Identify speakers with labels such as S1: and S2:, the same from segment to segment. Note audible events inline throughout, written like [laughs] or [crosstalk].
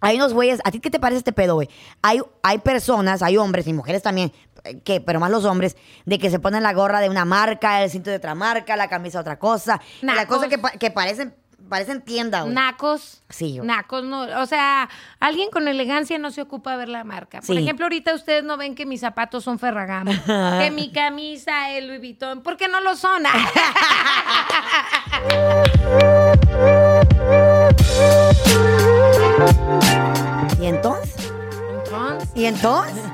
S1: Hay unos güeyes, ¿a ti qué te parece este pedo, güey? Hay, hay personas, hay hombres y mujeres también, eh, que, pero más los hombres, de que se ponen la gorra de una marca, el cinto de otra marca, la camisa de otra cosa. y La
S2: Nacos.
S1: cosa que, pa- que parecen, parecen tienda, güey.
S2: Nacos.
S1: Sí, yo-
S2: Nacos, no. O sea, alguien con elegancia no se ocupa de ver la marca. Por
S1: Sí.
S2: ejemplo, ahorita ustedes no ven que mis zapatos
S1: [laughs]
S2: son Ferragamo, que mi camisa es Louis Vuitton. ¿Por qué no lo son? Ah.
S1: ¿Y entonces?
S2: Entonces,
S1: ¿Y entonces?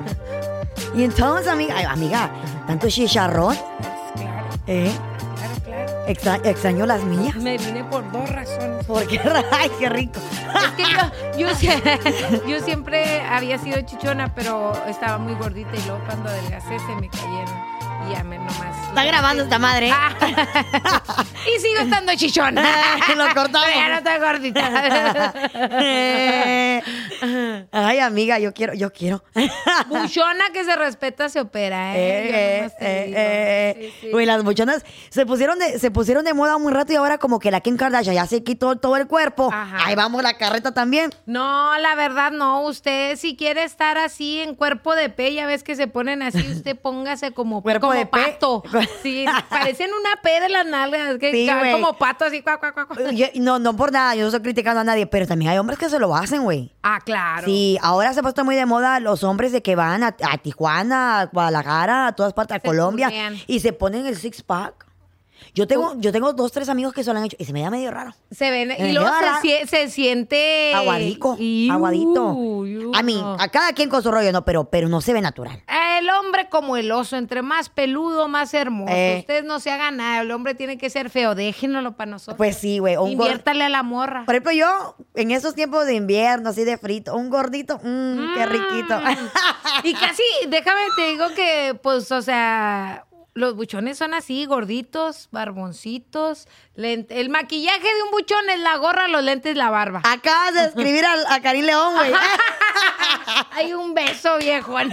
S1: ¿Y entonces, amiga? Ay, amiga, tanto chicharrón,
S2: claro,
S1: ¿eh?
S2: claro, claro.
S1: Extra- extraño las mías.
S2: Me vine por dos razones.
S1: ¿Por qué? [laughs] Ay, qué rico.
S2: Es que yo, yo, [laughs] sie- yo siempre había sido chichona, pero estaba muy gordita y luego cuando adelgacé se me cayeron. Y ya me nomás.
S1: Está grabando esta madre. ¿eh?
S2: [laughs] y sigo estando chichona.
S1: Ah. [laughs] Lo cortamos.
S2: Pero ya no estoy
S1: [laughs]
S2: gordita. [laughs]
S1: Eh, [laughs] Ay, amiga, yo quiero, yo quiero.
S2: Buchona que se respeta se opera,
S1: Eh,
S2: ¿eh? Yo nomás te
S1: eh,
S2: digo.
S1: eh, eh.
S2: Sí, sí.
S1: Güey, las buchonas se pusieron de, se pusieron de moda un rato y ahora como que la Kim Kardashian ya se quitó todo el cuerpo.
S2: Ajá.
S1: Ahí vamos la carreta también.
S2: No, la verdad no. Usted si quiere estar así en cuerpo de P, ya ves que se
S1: [laughs]
S2: ponen así, usted póngase como,
S1: Cuerpo
S2: como
S1: de P. [laughs]
S2: pato. Sí, parecen una P de las nalgas, que
S1: Sí,
S2: ca-
S1: güey.
S2: como pato así. cuac, cuac,
S1: [laughs]
S2: cuac, cuac.
S1: Yo- no, no por nada, yo no estoy criticando a nadie, pero también hay hombres que se lo hacen, güey.
S2: Ah, claro.
S1: Sí, ahora se ha puesto muy de moda los hombres de que van a, a Tijuana, a Guadalajara, a todas partes, a
S2: Se
S1: Colombia,
S2: turnean.
S1: y se ponen el six pack. Yo
S2: Uh.
S1: tengo, yo tengo dos, tres amigos que se lo han hecho y se me da medio raro.
S2: Se ven,
S1: Eh,
S2: y luego
S1: ahora-
S2: se, sie- se siente...
S1: Aguadico,
S2: Eh, Iu,
S1: aguadito.
S2: iu,
S1: A mí,
S2: no.
S1: a cada quien con su rollo, no, pero, pero no se ve natural.
S2: El hombre como el oso, entre más peludo, más hermoso.
S1: Eh.
S2: Ustedes no se hagan nada, el hombre tiene que ser feo, déjenoslo para
S1: [laughs]
S2: nosotros.
S1: Pues sí, güey. un gor-
S2: Inviértale a la morra.
S1: Por ejemplo, yo, en esos tiempos de invierno, así de frito, un gordito, mmm,
S2: Mm.
S1: qué riquito. [laughs]
S2: Y casi, déjame, te digo que, pues, o sea, los buchones son así, gorditos, barboncitos. lente- El maquillaje de un buchón es la gorra, los lentes,
S1: [laughs]
S2: la barba.
S1: Acabas de escribir al- a, Karim León, güey. [laughs]
S2: Hay un beso, viejo. [laughs]
S1: a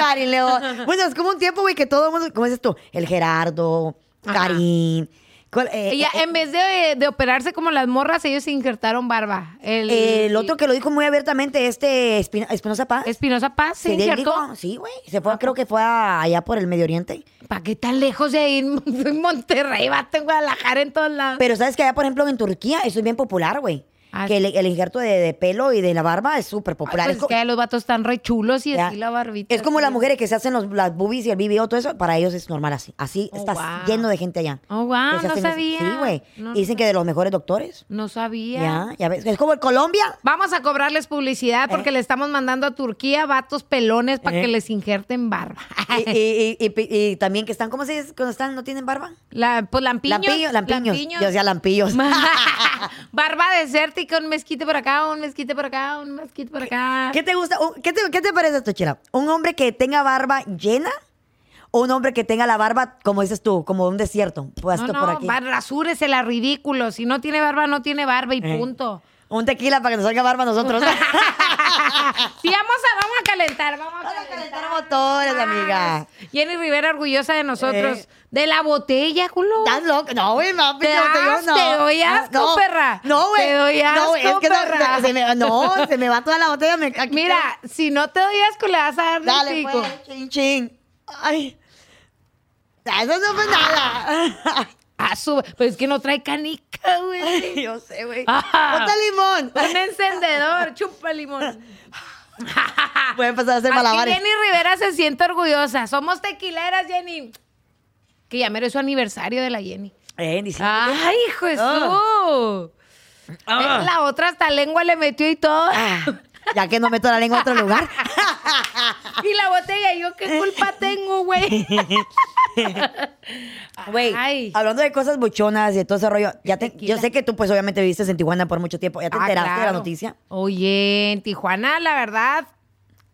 S1: Karim León. Bueno, es como un tiempo, güey, que todo el mundo, ¿cómo dices tú? El Gerardo,
S2: Ajá.
S1: Karim. col- eh,
S2: Ella,
S1: eh,
S2: en vez de, de operarse como las morras, ellos se injertaron barba. El,
S1: el otro que lo dijo muy abiertamente, este Espino- Espinosa Paz.
S2: Espinosa Paz
S1: Sí,
S2: se
S1: él dijo,
S2: injertó.
S1: sí, güey. Se
S2: Ah,
S1: fue, creo que fue a- allá por el Medio Oriente.
S2: ¿Para qué tan lejos de ir? [laughs] Fui en Monterrey, vato, en Guadalajara, en todos lados.
S1: Pero sabes que allá, por ejemplo, en Turquía, eso es bien popular, güey.
S2: Ah,
S1: que el, el injerto de, de pelo y de la barba es súper
S2: Ay,
S1: popular.
S2: pues
S1: Es
S2: es
S1: co-
S2: que allá los vatos están re chulos y
S1: Ya.
S2: así la barbita.
S1: Es como
S2: así.
S1: las mujeres que se hacen los, las boobies y el BBO, todo eso, para ellos es normal así. Así
S2: Oh,
S1: está
S2: wow.
S1: lleno de gente allá.
S2: Oh, wow,
S1: que se
S2: no
S1: hacen así.
S2: sabía.
S1: Sí, güey.
S2: No,
S1: Y dicen que de los mejores doctores.
S2: No sabía.
S1: Ya, ya ves. Es como el
S2: [laughs]
S1: Colombia.
S2: Vamos a cobrarles publicidad porque le estamos mandando a Turquía vatos pelones para
S1: Eh.
S2: que les injerten barba.
S1: Y, y- y- y- y también que están, ¿cómo se dice? Cuando están, no tienen barba.
S2: La, pues lampiños.
S1: Lampillos, lampiños. Yo
S2: [laughs]
S1: decía lampillos.
S2: barba desértica, un mezquite por acá, un mezquite por acá, un mezquite por acá.
S1: [laughs] ¿Qué te gusta? Un- ¿Qué te, qué te parece esto, Chela? ¿Un hombre que tenga barba llena? ¿O un hombre que tenga la barba, como dices tú, como un desierto? Puesto
S2: no,
S1: por
S2: no,
S1: aquí.
S2: va- rasúresela, ridículo. Si no tiene barba, no tiene barba
S1: Eh.
S2: y punto.
S1: Un tequila para que nos salga barba a
S2: [laughs]
S1: nosotros. [laughs]
S2: Sí, vamos a, vamos a calentar, vamos a
S1: Vamos a
S2: calentar.
S1: calentar motores, amiga.
S2: Jenny Rivera orgullosa de nosotros.
S1: Eh.
S2: De la botella, culo.
S1: ¿Estás loca? No, güey, no,
S2: Te
S1: pinche botellón,
S2: das-
S1: no. Ah,
S2: te doy asco,
S1: no,
S2: perra.
S1: No, güey.
S2: Te doy
S1: No, güey,
S2: asco,
S1: es que no,
S2: perra.
S1: no, se me, no,
S2: [laughs]
S1: se me va toda la botella. Me, aquí-
S2: Mira, si no te doy asco, le vas a dar de
S1: dale,
S2: pico.
S1: pues, chin, chin. Ay. Ah, Eso no fue nada. [laughs]
S2: Ah, su- Pero es que no trae canica, [laughs] güey.
S1: Yo sé, güey.
S2: Ah.
S1: Ponte limón.
S2: Un encendedor,
S1: [laughs]
S2: chupa limón.
S1: Puede empezar a hacer
S2: Ah. Aquí
S1: malabares.
S2: Jenny Rivera se siente orgullosa. Somos tequileras, Jenny. Que ya merece su aniversario de la Jenny.
S1: Eh, dice.
S2: ¡Ay, Jesús!
S1: Ah.
S2: Eh, La otra hasta lengua le metió y todo.
S1: Ah, ya que no meto la
S2: [laughs]
S1: lengua a otro lugar. [laughs]
S2: Y la botella, yo qué culpa tengo, güey.
S1: Güey,
S2: Ay.
S1: hablando de cosas buchonas y de todo ese rollo, ya te-
S2: Tequila.
S1: yo sé que tú pues obviamente viviste en Tijuana por mucho tiempo, ¿ya te
S2: Ah,
S1: enteraste de la
S2: claro.
S1: noticia?
S2: Oye, en Tijuana, la verdad,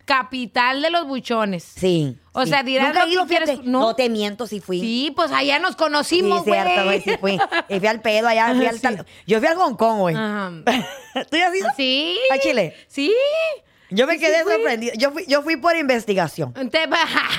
S2: capital de los buchones.
S1: Sí.
S2: O
S1: sí.
S2: sea, dirás
S1: Nunca
S2: lo
S1: he
S2: que
S1: ido,
S2: quieres-
S1: fíjate.
S2: ¿no?
S1: ¿no? te miento, si fui.
S2: Sí, pues allá nos
S1: Sí,
S2: conocimos, güey.
S1: cierto, güey, sí fui. Y fui al pedo allá, fui
S2: Ajá,
S1: al
S2: sí.
S1: tal- Yo fui al Hong Kong, güey.
S2: Ajá.
S1: [laughs] ¿Tú ya has ido?
S2: [laughs] Sí.
S1: ¿A Ah, Chile?
S2: Sí.
S1: Yo me
S2: Sí,
S1: quedé
S2: sí fui.
S1: sorprendida. Yo fui, yo fui por investigación.
S2: Te-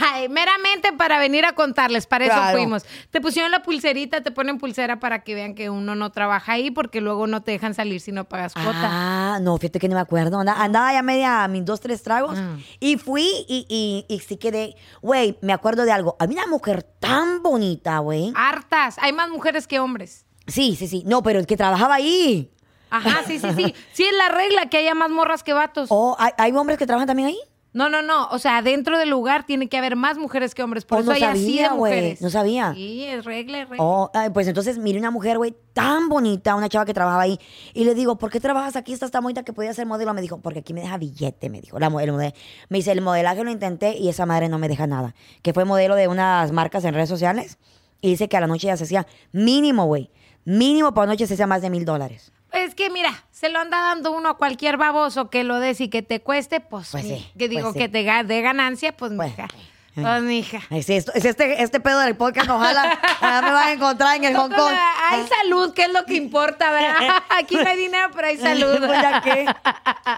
S2: ay, meramente para venir a contarles, para eso
S1: Claro.
S2: fuimos. Te pusieron la pulserita, te ponen pulsera para que vean que uno no trabaja ahí porque luego no te dejan salir si no pagas cuota.
S1: Ah, no, fíjate que no me acuerdo. Andaba, andaba ya media a mis dos, tres tragos.
S2: Mm.
S1: Y fui y, y, y sí quedé. Güey, me acuerdo de algo. Había una mujer tan bonita, güey.
S2: Hartas, hay más mujeres que hombres.
S1: Sí, sí, sí. No, pero el que trabajaba ahí.
S2: Ajá, sí, sí, sí. Sí es la regla que haya más morras que vatos.
S1: Oh, ¿hay, hay hombres que trabajan también ahí?
S2: No, no, no. O sea, dentro del lugar tiene que haber más mujeres que hombres. Por
S1: Oh,
S2: eso
S1: no
S2: hay así de
S1: sabía, güey.
S2: mujeres.
S1: No sabía.
S2: Sí, es regla, es regla.
S1: Oh, ay, pues entonces miré una mujer, güey, tan bonita, una chava que trabajaba ahí. Y le digo, ¿por qué trabajas aquí? Estás tan bonita que podía ser modelo. Me dijo, porque aquí me deja billete, me dijo. La, mo- el modelo. Me dice, el modelaje lo intenté y esa madre no me deja nada. Que fue modelo de unas marcas en redes sociales. Y dice que a la noche ya se hacía mínimo, güey. Mínimo por noche se hacía más de mil dólares.
S2: Es que mira, se lo anda dando uno a cualquier baboso que lo des y que te cueste, pues,
S1: Pues
S2: mi-
S1: sí,
S2: que
S1: pues
S2: digo
S1: sí.
S2: que te ga- dé ganancia, pues,
S1: Pues,
S2: mija.
S1: ay.
S2: Pues, mija.
S1: Ay, sí, esto- es este, este pedo del podcast, ojalá ah, me vas a encontrar en el Hong Kong.
S2: Hay salud, que es lo que importa,
S1: [laughs]
S2: ¿verdad? Aquí no hay dinero, pero hay salud.
S1: Pues, [laughs] ¿ya qué?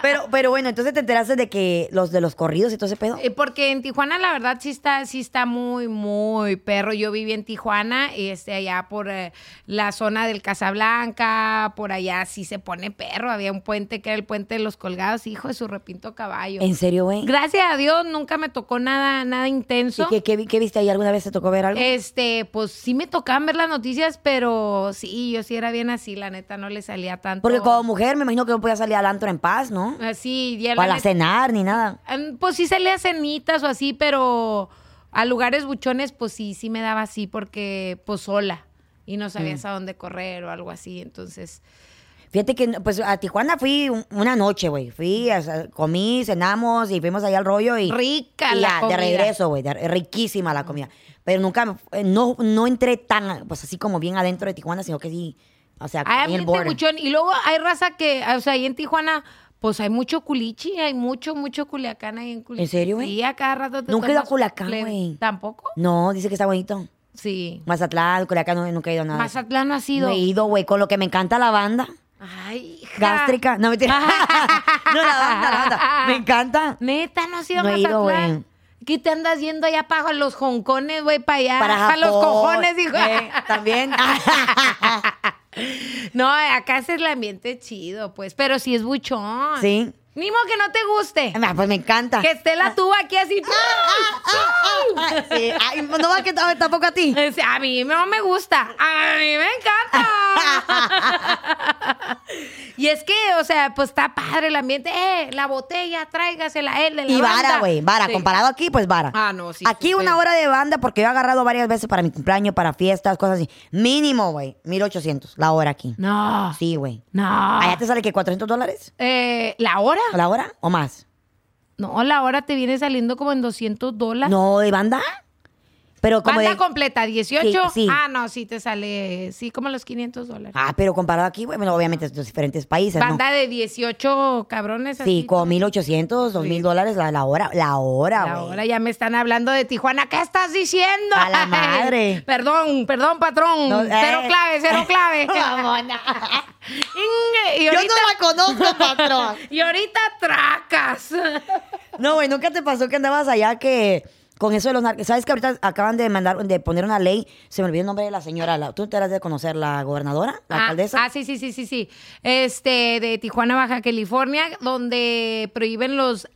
S1: Pero, pero bueno, entonces te enteraste de que los de los corridos y todo ese pedo.
S2: Eh, Porque en Tijuana la verdad sí está, sí está muy, muy perro. Yo viví en Tijuana, este, allá por eh, la zona del Casablanca, por allá sí se pone perro. Había un puente que era el puente de los colgados, hijo de su repinto caballo.
S1: ¿En serio, güey?
S2: Gracias a Dios nunca me tocó nada, nada intenso.
S1: ¿Y qué, qué vi- qué viste ahí? ¿Alguna vez te tocó ver algo?
S2: Este, pues sí me tocaban ver las noticias, pero sí, yo sí era bien así, la neta, no le salía tanto.
S1: Porque como mujer me imagino que no podías salir al antro en paz, ¿no?
S2: Así, ya
S1: O a
S2: la
S1: la
S2: neta-
S1: cenar ni nada.
S2: Em, Pues sí salía a cenitas o así, pero a lugares buchones, pues sí, sí me daba así, porque pues sola. Y no sabías
S1: Mm.
S2: a dónde correr o algo así, entonces...
S1: Fíjate que no- pues a Tijuana fui un- una noche, güey. Fui, o sea, comí, cenamos y fuimos allá al rollo y...
S2: Rica
S1: y
S2: la
S1: ya,
S2: comida.
S1: de regreso, güey. de- Riquísima la comida. Pero nunca, me- eh, no, no entré tan, pues así como bien adentro de Tijuana, sino que sí, o sea,
S2: Hay
S1: en el
S2: ambiente
S1: border.
S2: buchón. Y luego hay raza que, o sea, ahí en Tijuana, pues hay mucho culichi, hay mucho, mucho culiacán ahí en Culiacán.
S1: ¿En serio, güey?
S2: Sí, a cada rato te
S1: Nunca he ido a
S2: tomas
S1: Culiacán,
S2: le-
S1: güey.
S2: ¿Tampoco?
S1: No, dice que está bonito.
S2: Sí.
S1: Mazatlán, Culiacán, no, nunca he ido a nada. de eso.
S2: Mazatlán no ha sido.
S1: No he ido, güey, con lo que me encanta la banda.
S2: Ay, hija.
S1: Gástrica. No, mentira. [laughs] no, la banda, la banda. Me encanta.
S2: Neta, no ha sido
S1: No he ido,
S2: Mazatlán.
S1: güey.
S2: ¿Qué te andas yendo allá para los joncones, güey, para allá?
S1: Para Japón.
S2: los cojones, dijo.
S1: Eh, También.
S2: [laughs]
S1: [laughs]
S2: No, acá es el ambiente chido, pues. Pero sí es buchón.
S1: sí.
S2: Ni modo que no te guste.
S1: Ah, Pues me encanta.
S2: Que esté la tuba aquí así.
S1: Ah, sí. Ay, no va que t- tampoco a ti.
S2: Es- A mí no me gusta. A mí me
S1: [laughs]
S2: encanta. y es que, o sea, pues está padre el ambiente. Eh, la botella, tráigasela él de la
S1: Y vara,
S2: banda.
S1: güey, vara.
S2: Sí.
S1: Comparado aquí, pues vara.
S2: Ah, no, sí,
S1: Aquí
S2: súper.
S1: una hora de banda, porque yo he agarrado varias veces para mi cumpleaños, para fiestas, cosas así. Mínimo, güey, 1800 la hora aquí.
S2: No.
S1: Sí, güey.
S2: No.
S1: ¿Allá te sale que 400 dólares
S2: Eh, ¿La hora?
S1: la hora o más?
S2: No, la hora te viene saliendo como en 200 dólares.
S1: No, de banda. Pero como
S2: Banda
S1: de...
S2: completa, 18.
S1: Sí, sí.
S2: Ah, no, sí te sale, sí, como los 500 dólares.
S1: Ah, pero comparado aquí, güey, bueno, obviamente los diferentes países, ¿no?
S2: Banda de 18 cabrones. así.
S1: Sí, con 1800, 2000 dólares la, la hora, la hora,
S2: La hora
S1: güey.
S2: ya me están hablando de Tijuana. ¿Qué estás diciendo?
S1: A
S2: [laughs]
S1: la madre.
S2: perdón, perdón, patrón.
S1: No, eh.
S2: Cero
S1: [laughs]
S2: clave, cero clave.
S1: Mamona.
S2: [laughs] Inge, y, ahorita,
S1: la conozco, patrón.
S2: [laughs] y ahorita tracas.
S1: No, güey, nunca te pasó que andabas allá que con eso de los narcos. ¿Sabes que ahorita acaban de mandar de poner una ley? Se me olvidó el nombre de la señora. la- ¿Tú te has de conocer la gobernadora, la
S2: Ah,
S1: alcaldesa?
S2: Ah, sí, sí, sí, sí, sí. Este, de Tijuana, Baja California, donde prohíben los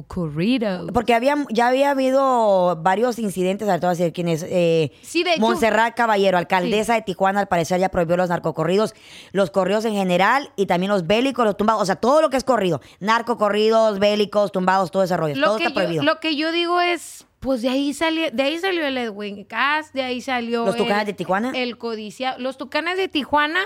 S2: narcocorridos.
S1: Porque había, ya había habido varios incidentes, sobre todo decir quién es. Eh,
S2: Sí, de hecho-
S1: Montserrat Caballero, alcaldesa de Tijuana, al parecer ya prohibió los narcocorridos, los corridos en general y también los bélicos, los tumbados, o sea, todo lo que es corrido. Narcocorridos, bélicos, tumbados, todo ese rollo.
S2: Lo
S1: Pues, todo
S2: que,
S1: está
S2: yo,
S1: prohibido.
S2: lo que yo digo es, pues de ahí salió, de ahí salió el Edwin Cass, de ahí salió
S1: ¿Los
S2: el-
S1: Tucanes de Tijuana?
S2: El codiciado. Los tucanes de Tijuana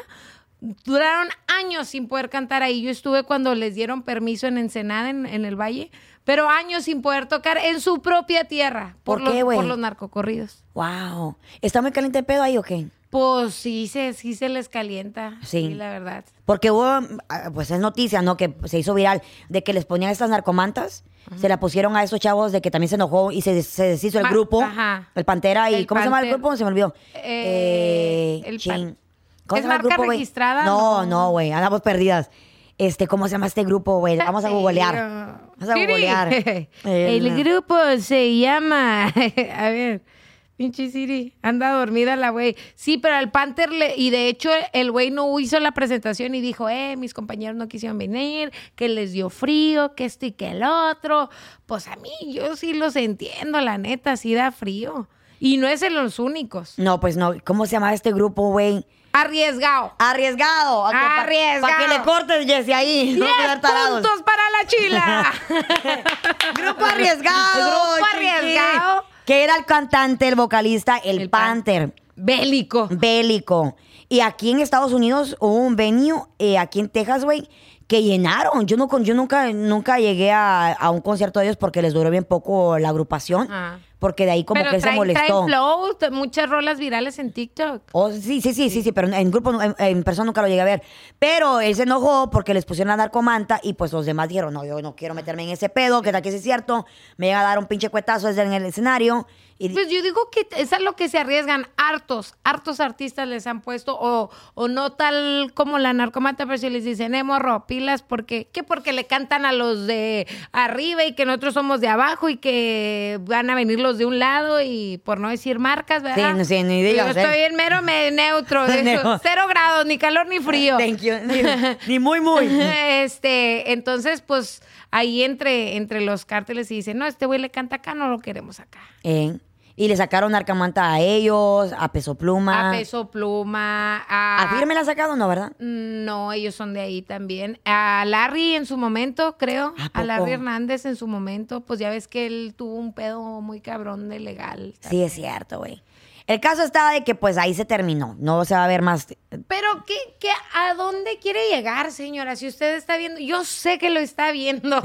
S2: Duraron años sin poder cantar ahí. Yo estuve cuando les dieron permiso en Ensenada, en, en el Valle, pero años sin poder tocar en su propia tierra por,
S1: ¿Por qué,
S2: los,
S1: güey?
S2: por los narcocorridos.
S1: Wow. ¿Está muy caliente el pedo ahí o qué?
S2: Pues sí se, sí se les calienta.
S1: Sí.
S2: la verdad.
S1: Porque hubo, ah, pues es noticia, ¿no? Que se hizo viral de que les ponían estas narcomantas, se la pusieron a esos chavos de que también se enojó y se, des- se deshizo el
S2: Ma-
S1: grupo.
S2: ajá.
S1: El Pantera y.
S2: El
S1: ¿Cómo se llama el
S2: Pantera.
S1: grupo? Se me olvidó.
S2: Eh, el
S1: chin.
S2: Pan-
S1: ¿Cómo
S2: ¿Es
S1: se llama el
S2: marca
S1: grupo, güey?
S2: registrada?
S1: No,
S2: No.
S1: no, güey. Andamos perdidas. Este, ¿cómo se llama este grupo,
S2: [laughs]
S1: güey? Vamos a googlear. Vamos a
S2: Siri.
S1: googlear.
S2: [laughs] El
S1: Eh,
S2: grupo se llama. [laughs] A ver. Pinche Siri, anda dormida la güey. Sí, pero al Panther le- y de hecho el güey no hizo la presentación y dijo, eh, mis compañeros no quisieron venir, que les dio frío, que este y que el otro. Pues a mí yo sí los entiendo, la neta, sí da frío. Y no es en los únicos.
S1: No, pues no. ¿Cómo se llama este grupo, güey?
S2: Arriesgado.
S1: Arriesgado. Ok, pa-
S2: Arriesgado.
S1: Para que le cortes, Jessy, ahí. [laughs] No
S2: 10
S1: quedar tarados.
S2: puntos para la chila.
S1: [laughs] Grupo arriesgado.
S2: Grupo
S1: chiqui.
S2: arriesgado.
S1: Que era el cantante, el vocalista, el,
S2: El pan-
S1: Panther.
S2: Bélico.
S1: Bélico. Y aquí en Estados Unidos hubo un venue, eh, aquí en Texas, güey, que llenaron. Yo, no, con- yo nunca, nunca llegué a, a un concierto de ellos porque les duró bien poco la agrupación.
S2: Ah.
S1: Porque de ahí como
S2: pero
S1: que se
S2: traen, traen
S1: molestó.
S2: flow, t- muchas rolas virales en TikTok.
S1: Oh, sí, sí, sí, sí, sí, pero en grupo, en, en persona nunca lo llegué a ver. Pero él se enojó porque les pusieron a dar comanta y pues los demás dijeron, no, yo no quiero meterme en ese pedo, que tal que sí es cierto, me llega a dar un pinche cuetazo desde en el escenario. Y,
S2: Pues yo digo que es a lo que se arriesgan hartos, hartos artistas les han puesto o, o no tal como la narcomata, pero si les dicen, eh, morro, pilas, porque ¿qué? Porque le cantan a los de arriba y que nosotros somos de abajo y que van a venir los de un lado y por no decir marcas, ¿verdad?
S1: Sí, no, sí, ni digas,
S2: Yo
S1: ¿eh?
S2: estoy en mero me-
S1: [laughs]
S2: neutro, de eso,
S1: Neo.
S2: cero grados, ni calor ni frío.
S1: Thank you. [laughs] Ni, ni muy, muy.
S2: [laughs] este, entonces, pues ahí entre, entre los cárteles y dicen, no, este güey le canta acá, no lo queremos acá.
S1: Eh, y le sacaron narcamanta a ellos, a Peso Pluma.
S2: A Peso ah. Pluma, a...
S1: ¿A Firme la ha sacado, no, verdad?
S2: No, ellos son de ahí también. A Larry en su momento, creo.
S1: ¿A
S2: A, Larry
S1: poco?
S2: Hernández en su momento, pues ya ves que él tuvo un pedo muy cabrón de legal.
S1: Sí, es cierto, güey. El caso estaba de que pues ahí se terminó, no se va a ver más.
S2: Pero ¿qué, qué, ¿a dónde quiere llegar, señora? Si usted está viendo, yo sé que lo
S1: [laughs]
S2: está viendo.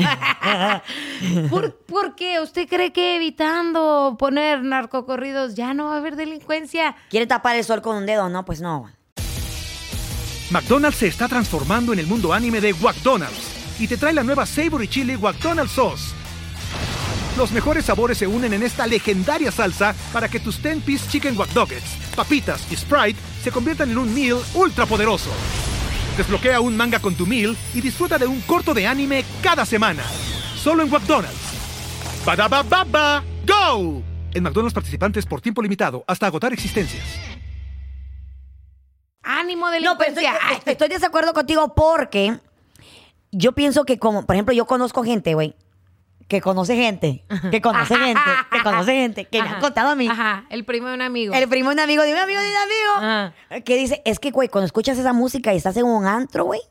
S2: ¿Por, por qué? ¿Usted cree que evitando poner narcocorridos ya no va a haber delincuencia?
S1: ¿Quiere tapar el sol con un dedo? No, pues no.
S3: McDonald's se está transformando en el mundo anime de McDonald's y te trae la nueva Savory Chili McDonald's Sauce. Los mejores sabores se unen en esta legendaria salsa para que tus 10-piece chicken wack doggets, papitas y Sprite se conviertan en un meal ultra poderoso. Desbloquea un manga con tu meal y disfruta de un corto de anime cada semana. Solo en McDonald's. ba baba go! En McDonald's participantes por tiempo limitado hasta agotar existencias.
S2: Ánimo
S1: No, pero estoy,
S2: delincuencia. Ay,
S1: estoy de desacuerdo contigo porque yo pienso que como, por ejemplo, yo conozco gente, güey, que conoce gente, que conoce gente, que conoce gente, que me
S2: ajá,
S1: han contado a mí.
S2: Ajá, el primo de un amigo.
S1: El primo de un amigo de un amigo de un amigo.
S2: Ajá,
S1: Que dice, es que, güey, cuando escuchas esa música y estás en un antro, güey,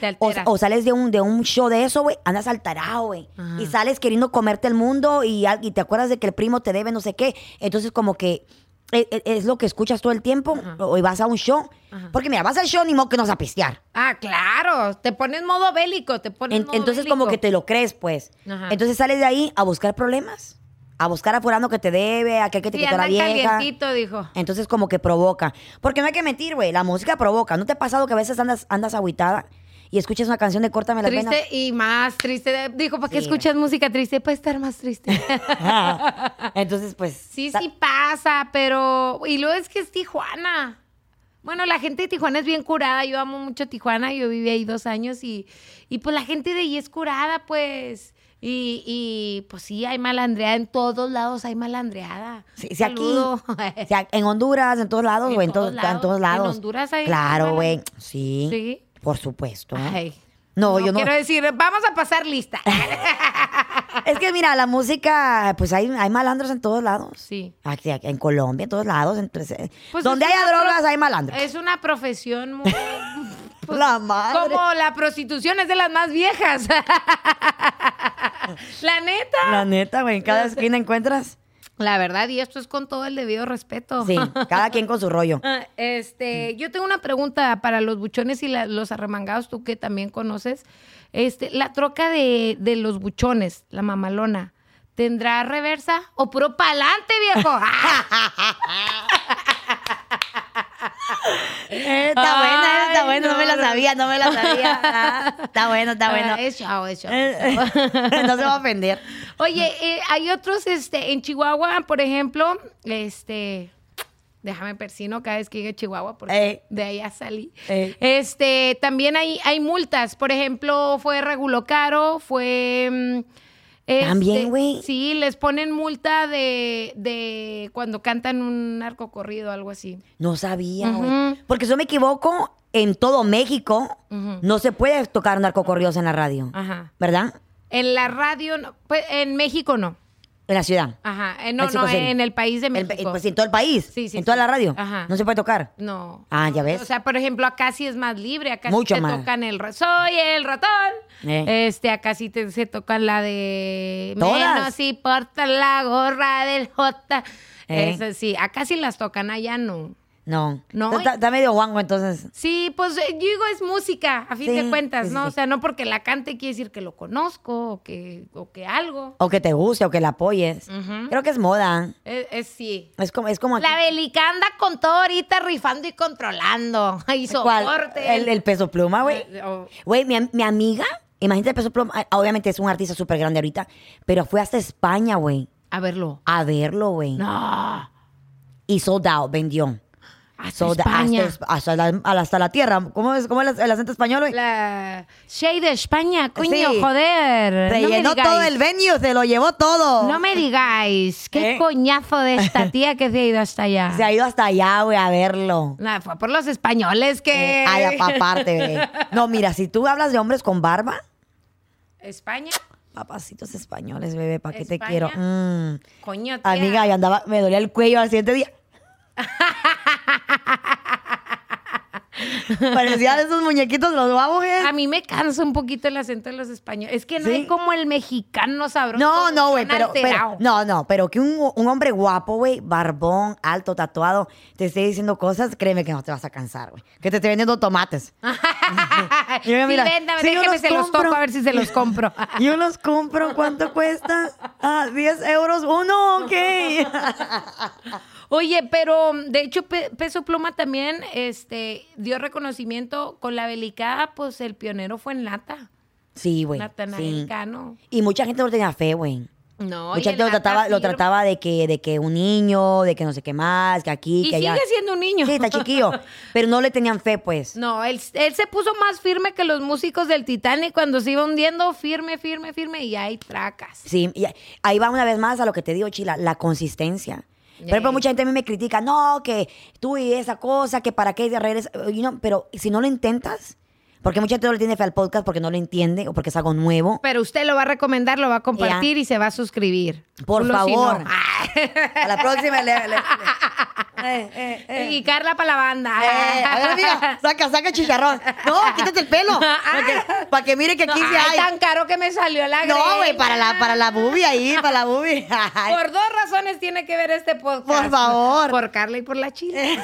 S2: te
S1: O,
S2: altera.
S1: o sales de un, de un show de eso, güey, andas alterado, güey.
S2: Ajá.
S1: Y sales queriendo comerte el mundo y, al- y te acuerdas de que el primo te debe no sé qué. Entonces, como que e- e- es, lo que escuchas todo el tiempo o y vas a un show. Porque mira, vas al show ni modo que nos a pistear.
S2: ah, claro. Te pones modo bélico, te pones
S1: En-
S2: modo
S1: entonces, como que
S2: bélico.
S1: te lo crees, pues.
S2: Ajá.
S1: Entonces sales de ahí a buscar problemas, a buscar a fulano que te debe, a aquel que te
S2: Sí,
S1: quitó la
S2: anda
S1: vieja.
S2: calientito, dijo.
S1: Entonces como que provoca. Porque no hay que mentir, güey. La música provoca. ¿No te ha pasado que a veces andas, andas agüitada y escuchas una canción de Córtame las venas?
S2: Triste y más triste. Dijo, ¿para qué
S1: Sí,
S2: escuchas música triste? Para estar más triste.
S1: [laughs] Entonces, pues.
S2: Sí,
S1: sa-
S2: sí pasa, pero. Y luego es que es Tijuana. Bueno, la gente de Tijuana es bien curada. Yo amo mucho Tijuana. Yo viví ahí dos años y, y pues la gente de ahí es curada, pues. Y, y, pues sí, hay malandreada. En todos lados hay malandreada.
S1: Sí, sí, aquí.
S2: Saludo.
S1: sí, a- en Honduras, en todos lados,
S2: En
S1: güey. En,
S2: todos
S1: todos- en todos
S2: lados.
S1: lados.
S2: En Honduras hay-
S1: Claro,
S2: bueno.
S1: güey. Sí.
S2: Sí.
S1: Por supuesto.
S2: [laughs] Ay,
S1: No, yo no.
S2: Quiero decir, vamos a
S1: [laughs]
S2: pasar lista.
S1: Es que mira, la música, pues hay, hay malandros en todos lados.
S2: Sí.
S1: Aquí, aquí, en Colombia, en todos lados. Entonces,
S2: Pues
S1: donde
S2: es
S1: haya
S2: una pro-
S1: drogas, hay malandros.
S2: Es una
S1: [laughs]
S2: profesión muy. pues,
S1: La madre.
S2: Como la prostitución es de las más [laughs] viejas. la neta. Este
S1: La neta, güey. En cada esquina encuentras.
S2: La verdad, y esto es con todo el debido respeto.
S1: Sí, cada quien con su
S2: [laughs]
S1: rollo.
S2: Ah, [laughs] Este, yo tengo una pregunta para los buchones y la- los arremangados, tú que también conoces. Este, la troca de, de los buchones, la mamalona, ¿tendrá reversa o puro pa'lante,
S1: [laughs]
S2: viejo? ¡Ah!
S1: Eh, Está buena, eh, está
S2: Ay,
S1: buena, no, me la
S2: no,
S1: sabía, no me la sabía.
S2: [laughs]
S1: Ah, está bueno, está bueno.
S2: Ah, es chao, es chao.
S1: Eh, [laughs] no se va a ofender.
S2: Oye, eh, hay otros, este, en Chihuahua, por ejemplo, este, déjame persino cada vez que llegue a Chihuahua, porque
S1: Ey.
S2: de allá salí.
S1: Ey.
S2: Este, también hay, hay multas. Por ejemplo, fue Regulo Caro, fue. mm, este,
S1: También, güey.
S2: Sí, les ponen multa de, de cuando cantan un narco corrido, algo así.
S1: No sabía, güey.
S2: Ujú.
S1: Porque si yo me equivoco, en todo México
S2: Ujú.
S1: no se puede tocar narcocorridos en la radio.
S2: Ajá.
S1: ¿Verdad?
S2: En la radio, no, pues, en México no.
S1: En la ciudad.
S2: Ajá. eh, No,
S1: México
S2: no,
S1: City.
S2: en el país de
S1: El-
S2: México.
S1: pues en todo el país.
S2: Sí, sí,
S1: en toda
S2: sí.
S1: la radio.
S2: Ajá.
S1: No se puede tocar.
S2: No.
S1: Ah, ya ves.
S2: O sea, por ejemplo, acá sí es más libre, acá
S1: Mucho
S2: sí te
S1: más.
S2: tocan el ra- soy el ratón.
S1: Eh.
S2: Este, acá sí te, se tocan la de
S1: Todas.
S2: menos importa la gorra del J.
S1: Eh.
S2: Esa sí, acá sí las tocan, allá no.
S1: No.
S2: No,
S1: Está- Está, está medio guango, entonces.
S2: Sí, pues eh, yo digo, es música, a fin
S1: Sí,
S2: de cuentas,
S1: sí,
S2: ¿no?
S1: sí.
S2: O sea, no porque la cante quiere decir que lo conozco o que, o que algo.
S1: O que te guste o que la apoyes.
S2: Ujú.
S1: Creo que es moda.
S2: Es, Eh, es sí.
S1: Es como, es como aquí.
S2: La Belica anda con todo ahorita rifando y controlando. [laughs] Y
S1: ¿Cuál?
S2: soporte.
S1: El, el peso pluma, güey.
S2: Eh, oh.
S1: Güey, mi, am- mi amiga, imagínate el peso pluma. ah, Obviamente es un artista súper grande ahorita, pero fue hasta España, güey,
S2: A verlo.
S1: a verlo, güey.
S2: No.
S1: Y sold out, vendió.
S2: Hasta
S1: Sold out,
S2: España.
S1: Hasta, hasta la, a la- hasta la tierra. ¿Cómo es, cómo es el acento español, güey?
S2: La Shea de España, coño,
S1: Sí.
S2: joder.
S1: Se
S2: no me
S1: llenó
S2: digáis.
S1: todo el venue, se lo llevó todo.
S2: No me
S1: [laughs]
S2: digáis. Qué
S1: ¿Eh?
S2: coñazo
S1: [laughs]
S2: de esta tía que se ha ido hasta allá.
S1: Se ha ido hasta allá, güey, a verlo.
S2: Nah, fue por los españoles que.
S1: Eh, Ay, ap- aparte, güey. No, mira, si tú hablas de hombres con barba,
S2: [laughs] España,
S1: papacitos españoles, bebé, ¿para qué te
S2: España.
S1: quiero? Mm.
S2: coño, tía.
S1: Amiga, yo andaba, me dolía el cuello al siguiente
S2: [laughs]
S1: día. Parecía de esos muñequitos, los eh. vamos,
S2: A mí me cansa un poquito el acento de los españoles. Es que no
S1: ¿Sí?
S2: hay como el mexicano sabroso.
S1: No, no, güey,
S2: tan
S1: pero, pero-
S2: alterado.
S1: No, no, pero que un, un hombre guapo, güey, barbón, alto, tatuado, te esté diciendo cosas, créeme que no te vas a cansar, güey. Que te esté vendiendo tomates.
S2: [laughs] sí,
S1: Mira, mira.
S2: véndame,
S1: Sí, yo
S2: déjeme,
S1: los
S2: se los toco
S1: compro.
S2: a ver si se los compro.
S1: [laughs] Yo los compro, ¿cuánto cuesta? Ah, 10 euros uno, ok.
S2: [laughs] Oye, pero de hecho Pe- Peso Pluma también este, dio reconocimiento con la belicada, pues el pionero fue en Lata,
S1: Sí, güey.
S2: Natanael
S1: sí.
S2: Cano.
S1: Y mucha gente no tenía fe, güey.
S2: No, y
S1: Mucha
S2: el
S1: gente lo
S2: Nata
S1: trataba, lo
S2: sirve.
S1: trataba de que, de que un niño, de que no sé qué más, que aquí,
S2: Y
S1: que allá.
S2: sigue siendo un niño.
S1: Sí, está
S2: [laughs]
S1: chiquillo. pero no le tenían fe, pues.
S2: No, él, él se puso más firme que los músicos del Titanic cuando se iba hundiendo, firme, firme, firme, y hay tracas.
S1: Sí, y ahí va una vez más a lo que te digo, Chila, la consistencia. Por ejemplo,
S2: Eh.
S1: mucha gente a mí me critica, no, que tú y esa cosa, que para qué regresas. You know, pero si no lo intentas, porque mucha gente no le tiene fe al podcast porque no lo entiende o porque es algo nuevo.
S2: Pero usted lo va a recomendar, lo va a compartir y se va a suscribir.
S1: Por
S2: Culo si
S1: favor.
S2: no. Ah,
S1: A la próxima le. le-
S2: [laughs]
S1: le- Eh, eh, eh.
S2: Y Carla para la banda.
S1: Eh, a ver,
S2: [laughs]
S1: amiga, saca, saca el chicharrón. No, quítate el pelo. Para que, para que mire que aquí
S2: Ah. No,
S1: sí
S2: ay,
S1: hay.
S2: tan caro que me salió la
S1: No, güey,
S2: greña.
S1: para la, para la boobie ahí, para la boobie. [laughs] Ay.
S2: Por dos razones tiene que ver este podcast.
S1: Por favor.
S2: Por Carla y por la
S1: [laughs]
S2: chile.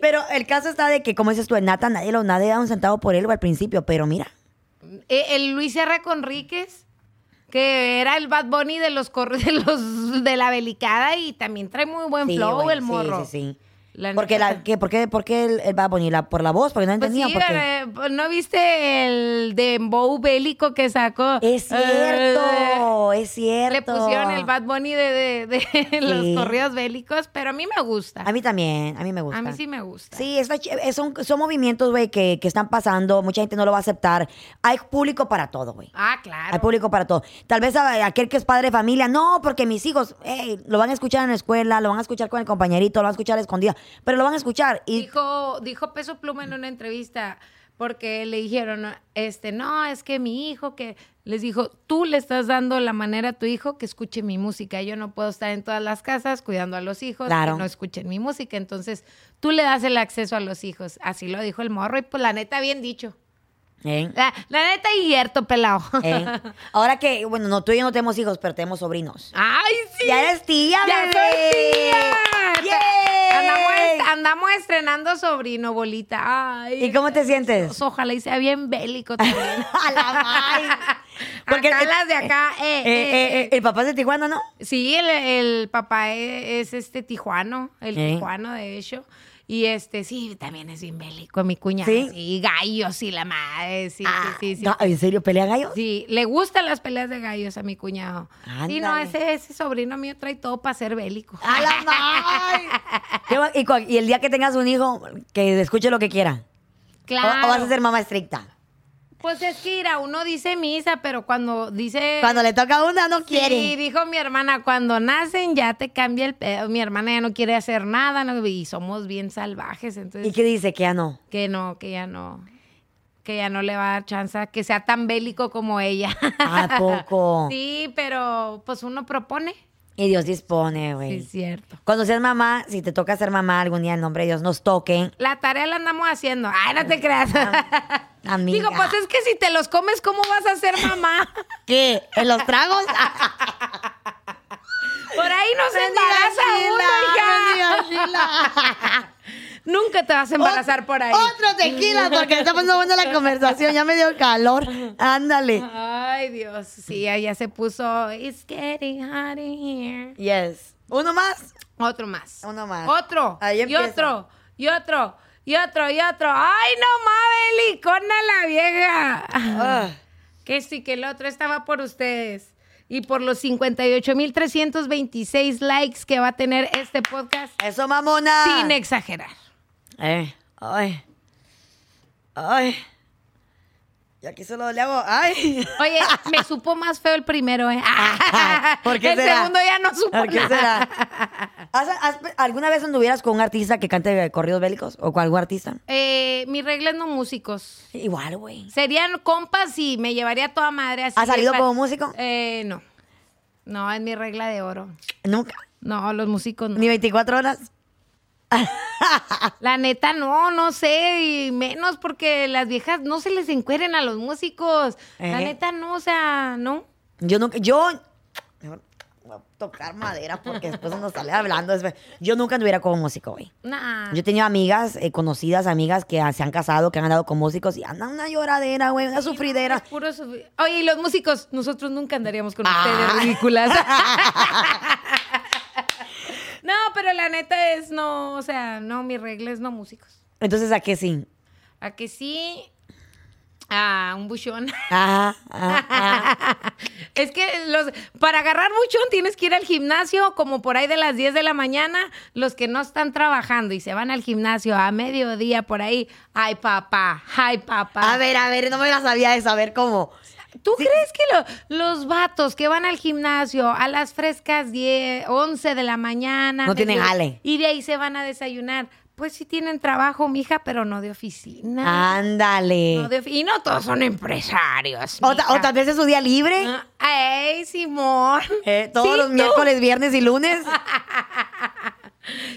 S1: Pero el caso está de que, como dices tú, el Nata, nadie lo nadie da un centavo por él güey, al principio, pero mira.
S2: Eh, el Luis R. Conríquez, que era el Bad Bunny de los, cor- [laughs] de los de la belicada y también trae muy buen
S1: Sí,
S2: flow
S1: güey,
S2: el morro.
S1: Sí, sí, sí.
S2: La
S1: porque
S2: neta.
S1: la, ¿qué? ¿Por qué, por qué el, el Bad Bunny? La- por la voz, porque no
S2: Pues
S1: entendía.
S2: sí,
S1: por qué.
S2: eh, pues, ¿no viste el de Bow bélico que sacó?
S1: es cierto, es
S2: Eh,
S1: cierto.
S2: le pusieron el Bad Bunny de, de- de
S1: Sí.
S2: [laughs] los corridos bélicos, pero a mí me gusta.
S1: A mí también, a mí me gusta.
S2: A mí sí me gusta.
S1: Sí, está ch- eh, son, son movimientos, güey, que, que están pasando. Mucha gente no lo va a aceptar. Hay público para todo, güey.
S2: Ah, claro.
S1: Hay público para todo. Tal vez a- aquel que es padre de familia, no, porque mis hijos, ey, lo van a escuchar en la escuela, lo van a escuchar con el compañerito, lo van a escuchar escondida, pero lo van a escuchar. Y
S2: Dijo, dijo Peso Pluma en una entrevista porque le dijeron, este, no, es que mi hijo que les dijo, tú le estás dando la manera a tu hijo que escuche mi música. Yo no puedo estar en todas las casas cuidando a los hijos
S1: Claro.
S2: que no escuchen mi música. Entonces, tú le das el acceso a los hijos. Así lo dijo el morro y pues la neta bien dicho.
S1: ¿Eh?
S2: La, la neta, y hierto, pelado. [laughs]
S1: ¿Eh? Ahora que, bueno, no, tú y yo no tenemos hijos, pero tenemos sobrinos.
S2: ¡Ay, Ah, sí!
S1: Ya eres tía,
S2: ¡Ya
S1: bebé.
S2: soy tía!
S1: ¡Yay!
S2: Andamos, est- andamos estrenando sobrino, bolita. Ay,
S1: ¿Y cómo te sientes?
S2: Dios, Ojalá y sea bien
S1: [laughs]
S2: bélico también.
S1: A la madre. Porque
S2: Porque
S1: el-
S2: las de acá. eh,
S1: [laughs] Eh,
S2: eh,
S1: eh, eh,
S2: eh.
S1: el papá es de Tijuana, ¿no?
S2: Sí, el, el papá e- es, este tijuano, el
S1: Eh.
S2: tijuano de hecho. Y este, sí, también es bien bélico, mi cuñado.
S1: ¿Sí?
S2: Sí, gallos y la madre, sí, sí,
S1: Ah,
S2: sí, sí.
S1: no, ¿En serio? ¿Pelea gallo?
S2: Sí, [laughs] le gustan las peleas de gallos a mi cuñado. Sí, no,
S1: Ándale. Ah,
S2: ese, ese sobrino mío trae todo para ser bélico.
S1: ¡A la madre! Qué va- Y, cua- y el día que tengas un hijo, que escuche lo que quiera. O-
S2: [laughs] Claro.
S1: O, vas a ser mamá estricta.
S2: Pues es que mira, uno dice misa, pero cuando dice.
S1: Cuando le toca una, no quiere.
S2: Sí, dijo mi hermana, cuando nacen ya te cambia el pedo. Mi hermana ya no quiere hacer nada no- y somos bien salvajes,
S1: ¿Y
S2: entonces
S1: qué dice? Que ya no.
S2: que no, que ya no, que ya no le va a dar chance a que sea tan bélico como ella.
S1: ¿A poco?
S2: [laughs] Sí, pero pues uno propone.
S1: Y Dios dispone,
S2: Sí,
S1: güey.
S2: es cierto.
S1: Cuando seas mamá, si te toca ser mamá algún día, en nombre de Dios, nos toquen.
S2: La tarea la andamos haciendo. Ay, no te creas.
S1: Amiga.
S2: [laughs] Digo, pues es que si te los comes, ¿cómo vas a ser
S1: [laughs]
S2: mamá?
S1: ¿Qué? Eh, ¿En los
S2: [laughs]
S1: tragos?
S2: Por ahí no se embaraza uno, hija. Nunca te vas a embarazar por ahí.
S1: Otro tequila, porque está pasando buena la conversación. Ya me dio calor. Ándale.
S2: Ay, Dios. Sí,
S1: Mm.
S2: ahí ya se puso. It's getting hot in here.
S1: Yes. ¿Uno más?
S2: Otro más.
S1: Uno más.
S2: Otro.
S1: Ahí
S2: y
S1: empieza.
S2: otro. Y otro. Y otro. Y otro. Ay, no mames, licona la vieja.
S1: Ah.
S2: Que sí, que el otro estaba por ustedes. Y por los 58,326 likes que va a tener este podcast.
S1: Eso, mamona.
S2: Sin exagerar.
S1: Eh, ay. Ay. Y aquí solo le hago. Ay. [laughs]
S2: Oye, me supo más feo el primero, ¿eh?
S1: ¿Por qué
S2: [laughs] el
S1: será?
S2: segundo ya no supo
S1: [laughs] ¿Por qué
S2: nada.
S1: será? ¿Has- has- ¿Alguna vez anduvieras con un artista que cante corridos bélicos? ¿O con algún artista?
S2: Eh, mis reglas no músicos.
S1: Igual, güey.
S2: Serían compas y me llevaría a toda madre así.
S1: ¿Has salido
S2: Pa-
S1: como músico?
S2: Eh, no. No, es mi regla de oro.
S1: Nunca.
S2: No, los músicos no.
S1: Ni 24 horas.
S2: La neta, no, no sé, y menos porque las viejas no se les encueren a los músicos. La
S1: Eh.
S2: neta, no, o sea, no.
S1: Yo nunca. Yo. Mejor voy a tocar madera porque después uno sale hablando. después- Yo nunca anduviera con un músico, güey.
S2: Nah.
S1: Yo he tenido amigas, eh, conocidas amigas que se han casado, que han andado con músicos y andan una lloradera, güey, una sufridera.
S2: Es puro sufri- Oye, y los músicos, nosotros nunca andaríamos con
S1: Ah.
S2: ustedes ridículas.
S1: [laughs]
S2: [laughs] no, pero la neta es no, o sea, no, mi regla es no músicos.
S1: Entonces, ¿a qué sí?
S2: A que sí, a un buchón. [laughs]
S1: Ajá, ajá, ajá.
S2: Es que los para agarrar buchón tienes que ir al gimnasio como por ahí de las 10 de la mañana, los que no están trabajando y se van al gimnasio a mediodía por ahí. Ay, papá, ay, papá.
S1: A ver, a ver, no me la sabía de saber cómo.
S2: ¿Tú crees que lo- los vatos que van al gimnasio a las frescas 10, 11 de la mañana
S1: No tienen
S2: medio-
S1: jale.
S2: Y de ahí se van a desayunar. Pues sí tienen trabajo, mija, pero no de
S1: Ah,
S2: oficina. No
S1: Ándale.
S2: de ofi- y no todos son empresarios.
S1: O, ta-
S2: mija.
S1: o tal vez es su día libre.
S2: Ah, ¡Ey, Simón!
S1: eh, todos
S2: Sí,
S1: los
S2: tú.
S1: miércoles, viernes y
S2: [laughs]
S1: lunes.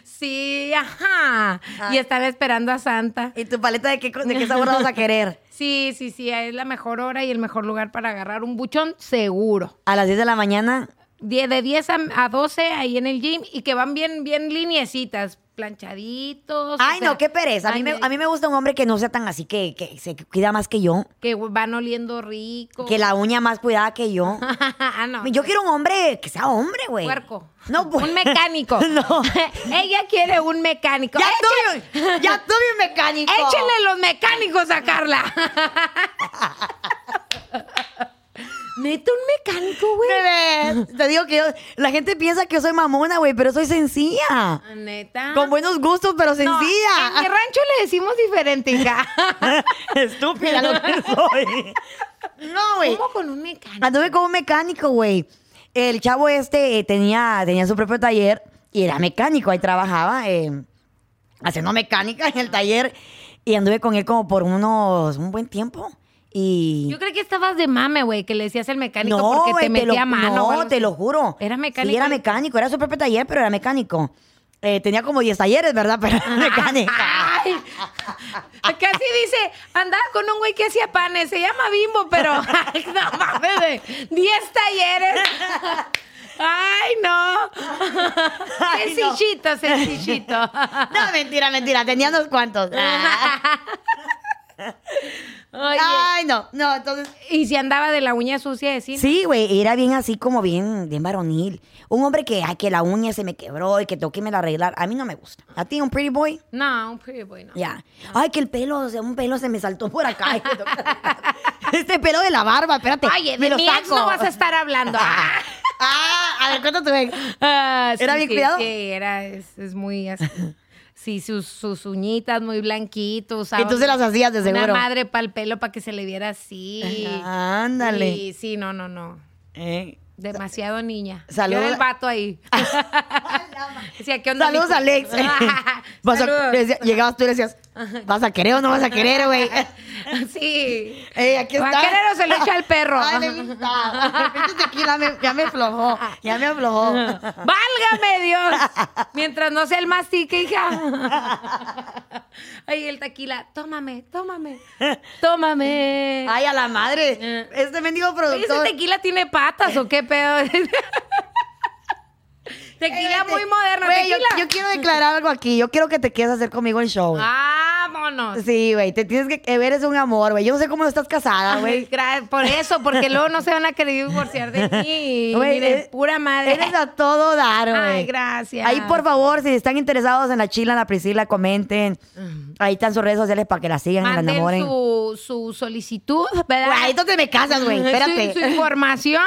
S2: Sí, ajá. Y están esperando a Santa.
S1: ¿Y tu paleta de qué, co- de qué sabor la vas a querer?
S2: Sí, sí, sí, es la mejor hora y el mejor lugar para agarrar un buchón seguro.
S1: A las 10 de la mañana.
S2: Die- de 10 a, a 12 ahí en el gym y que van bien, bien liniecitas, planchaditos. Pues, o
S1: Ay,
S2: sea,
S1: no, qué pereza. A mí, me,
S2: ay,
S1: a mí me gusta un hombre que no sea tan así, que, que se cuida más que yo.
S2: Que van oliendo rico.
S1: Que la uña más cuidada que yo.
S2: [laughs] ah, no.
S1: Yo quiero un hombre que sea hombre, güey.
S2: Puerco.
S1: No, pues. [laughs]
S2: Un mecánico. [laughs]
S1: No.
S2: Ella quiere un mecánico.
S1: Ya
S2: Éche-
S1: tuve, un- ya tuve un mecánico.
S2: Échenle los mecánicos a Carla. [laughs] Neta, un mecánico, güey.
S1: Bebé, [laughs]
S2: [laughs]
S1: Te digo que yo, la gente piensa que yo soy mamona, güey, pero soy sencilla.
S2: Neta.
S1: Con buenos gustos, pero
S2: Ah. No, En mi
S1: sencilla.
S2: rancho le decimos diferente, [laughs] hija.
S1: [laughs] Estúpida lo que soy. No, güey.
S2: ¿Cómo con un mecánico?
S1: Anduve con un mecánico, güey. El chavo este eh, tenía, tenía su propio taller y era mecánico. Ahí trabajaba eh, haciendo mecánica en el taller. Y anduve con él como por unos un buen tiempo. Y
S2: Yo creo que estabas de mame, güey, que le decías el mecánico
S1: no,
S2: porque
S1: güey,
S2: te metía
S1: lo,
S2: mano. o algo
S1: No,
S2: así.
S1: te lo juro.
S2: Era mecánico.
S1: Sí, era mecánico. Era su propio taller, pero era mecánico. eh, tenía como 10 talleres, ¿verdad? [laughs] Pero era
S2: [laughs]
S1: mecánica.
S2: Ay, que así dice, andaba con un güey que hacía panes, se llama Bimbo, pero [laughs] ay, no mames, de 10 talleres. Ay, no.
S1: Ay, no.
S2: Sencillito, sencillito.
S1: No, mentira, mentira, tenía unos cuantos. Ah.
S2: Oye,
S1: Ay, no, no, entonces.
S2: y si andaba de la uña sucia de cine.
S1: Sí, güey, era bien así como bien, bien varonil. Un hombre que, ay, que la uña se me quebró y que toque me la arreglar. A mí no me gusta. ¿A ti un pretty boy?
S2: No, pues, un pretty boy no.
S1: Ya. Ay, que el pelo, o sea, un pelo se me saltó por acá. [laughs] este pelo de la barba, espérate.
S2: Ay, de
S1: me lo
S2: mi ex
S1: saco.
S2: no vas a
S1: [laughs]
S2: estar hablando. Ah.
S1: Ah, a ver, cuenta tu ex.
S2: Ah,
S1: ¿Era bien cuidado?
S2: Sí, era, es, es muy así. Sí, sus, sus uñitas muy blanquitos. usaba
S1: Y tú se las hacías de
S2: Una
S1: seguro. Ah,
S2: madre para el pelo para que se le viera así.
S1: Ándale.
S2: Sí, sí, no, no, no.
S1: Eh.
S2: Demasiado niña.
S1: Saludos.
S2: Yo era el
S1: [laughs]
S2: vato ahí. Decía, ¿qué onda,
S1: Saludos,
S2: mijo? [laughs]
S1: Alex. [laughs] Vas a-
S2: Saludos.
S1: le decía- llegabas tú y le decías, ¿vas a querer o no vas a querer, güey?
S2: [laughs] Sí.
S1: Ey, aquí está.
S2: Vaquerero se lo echa al perro.
S1: Ay, me gusta. Este tequila me- ya me aflojó. Ya me aflojó.
S2: ¡Válgame Dios! Mientras no sea el
S1: [laughs]
S2: mastique, hija. Ay, el tequila. Tómame, tómame. Tómame.
S1: Ay, a la madre. Este mendigo
S2: Eh. Oye, ¿Ese
S1: productor.
S2: tequila tiene patas o qué pedo? [laughs] tequila
S1: Espérate.
S2: muy moderno.
S1: Este, Güey, yo,
S2: tequila. Ah.
S1: yo quiero declarar algo aquí. Yo quiero que te quieras hacer conmigo el show.
S2: Vámonos.
S1: Sí, güey. Te tienes que que ver, es un amor, güey. Yo no sé cómo no estás casada,
S2: [laughs] Ay,
S1: Ah, güey.
S2: gra- Por eso, porque luego no se van a querer
S1: [laughs]
S2: divorciar de mí.
S1: Güey,
S2: Miren,
S1: eres-
S2: pura madre.
S1: Eres a todo dar, güey.
S2: Ay, gracias.
S1: Ahí, por favor, si están interesados en la chila, en la Priscila, comenten. Ahí están sus redes sociales para que la sigan y la
S2: Manden
S1: enamoren.
S2: su, su solicitud, ¿verdad?
S1: Güey, entonces me casas,
S2: [laughs]
S1: güey.
S2: Su-
S1: Espérate.
S2: Su,
S1: [laughs]
S2: información.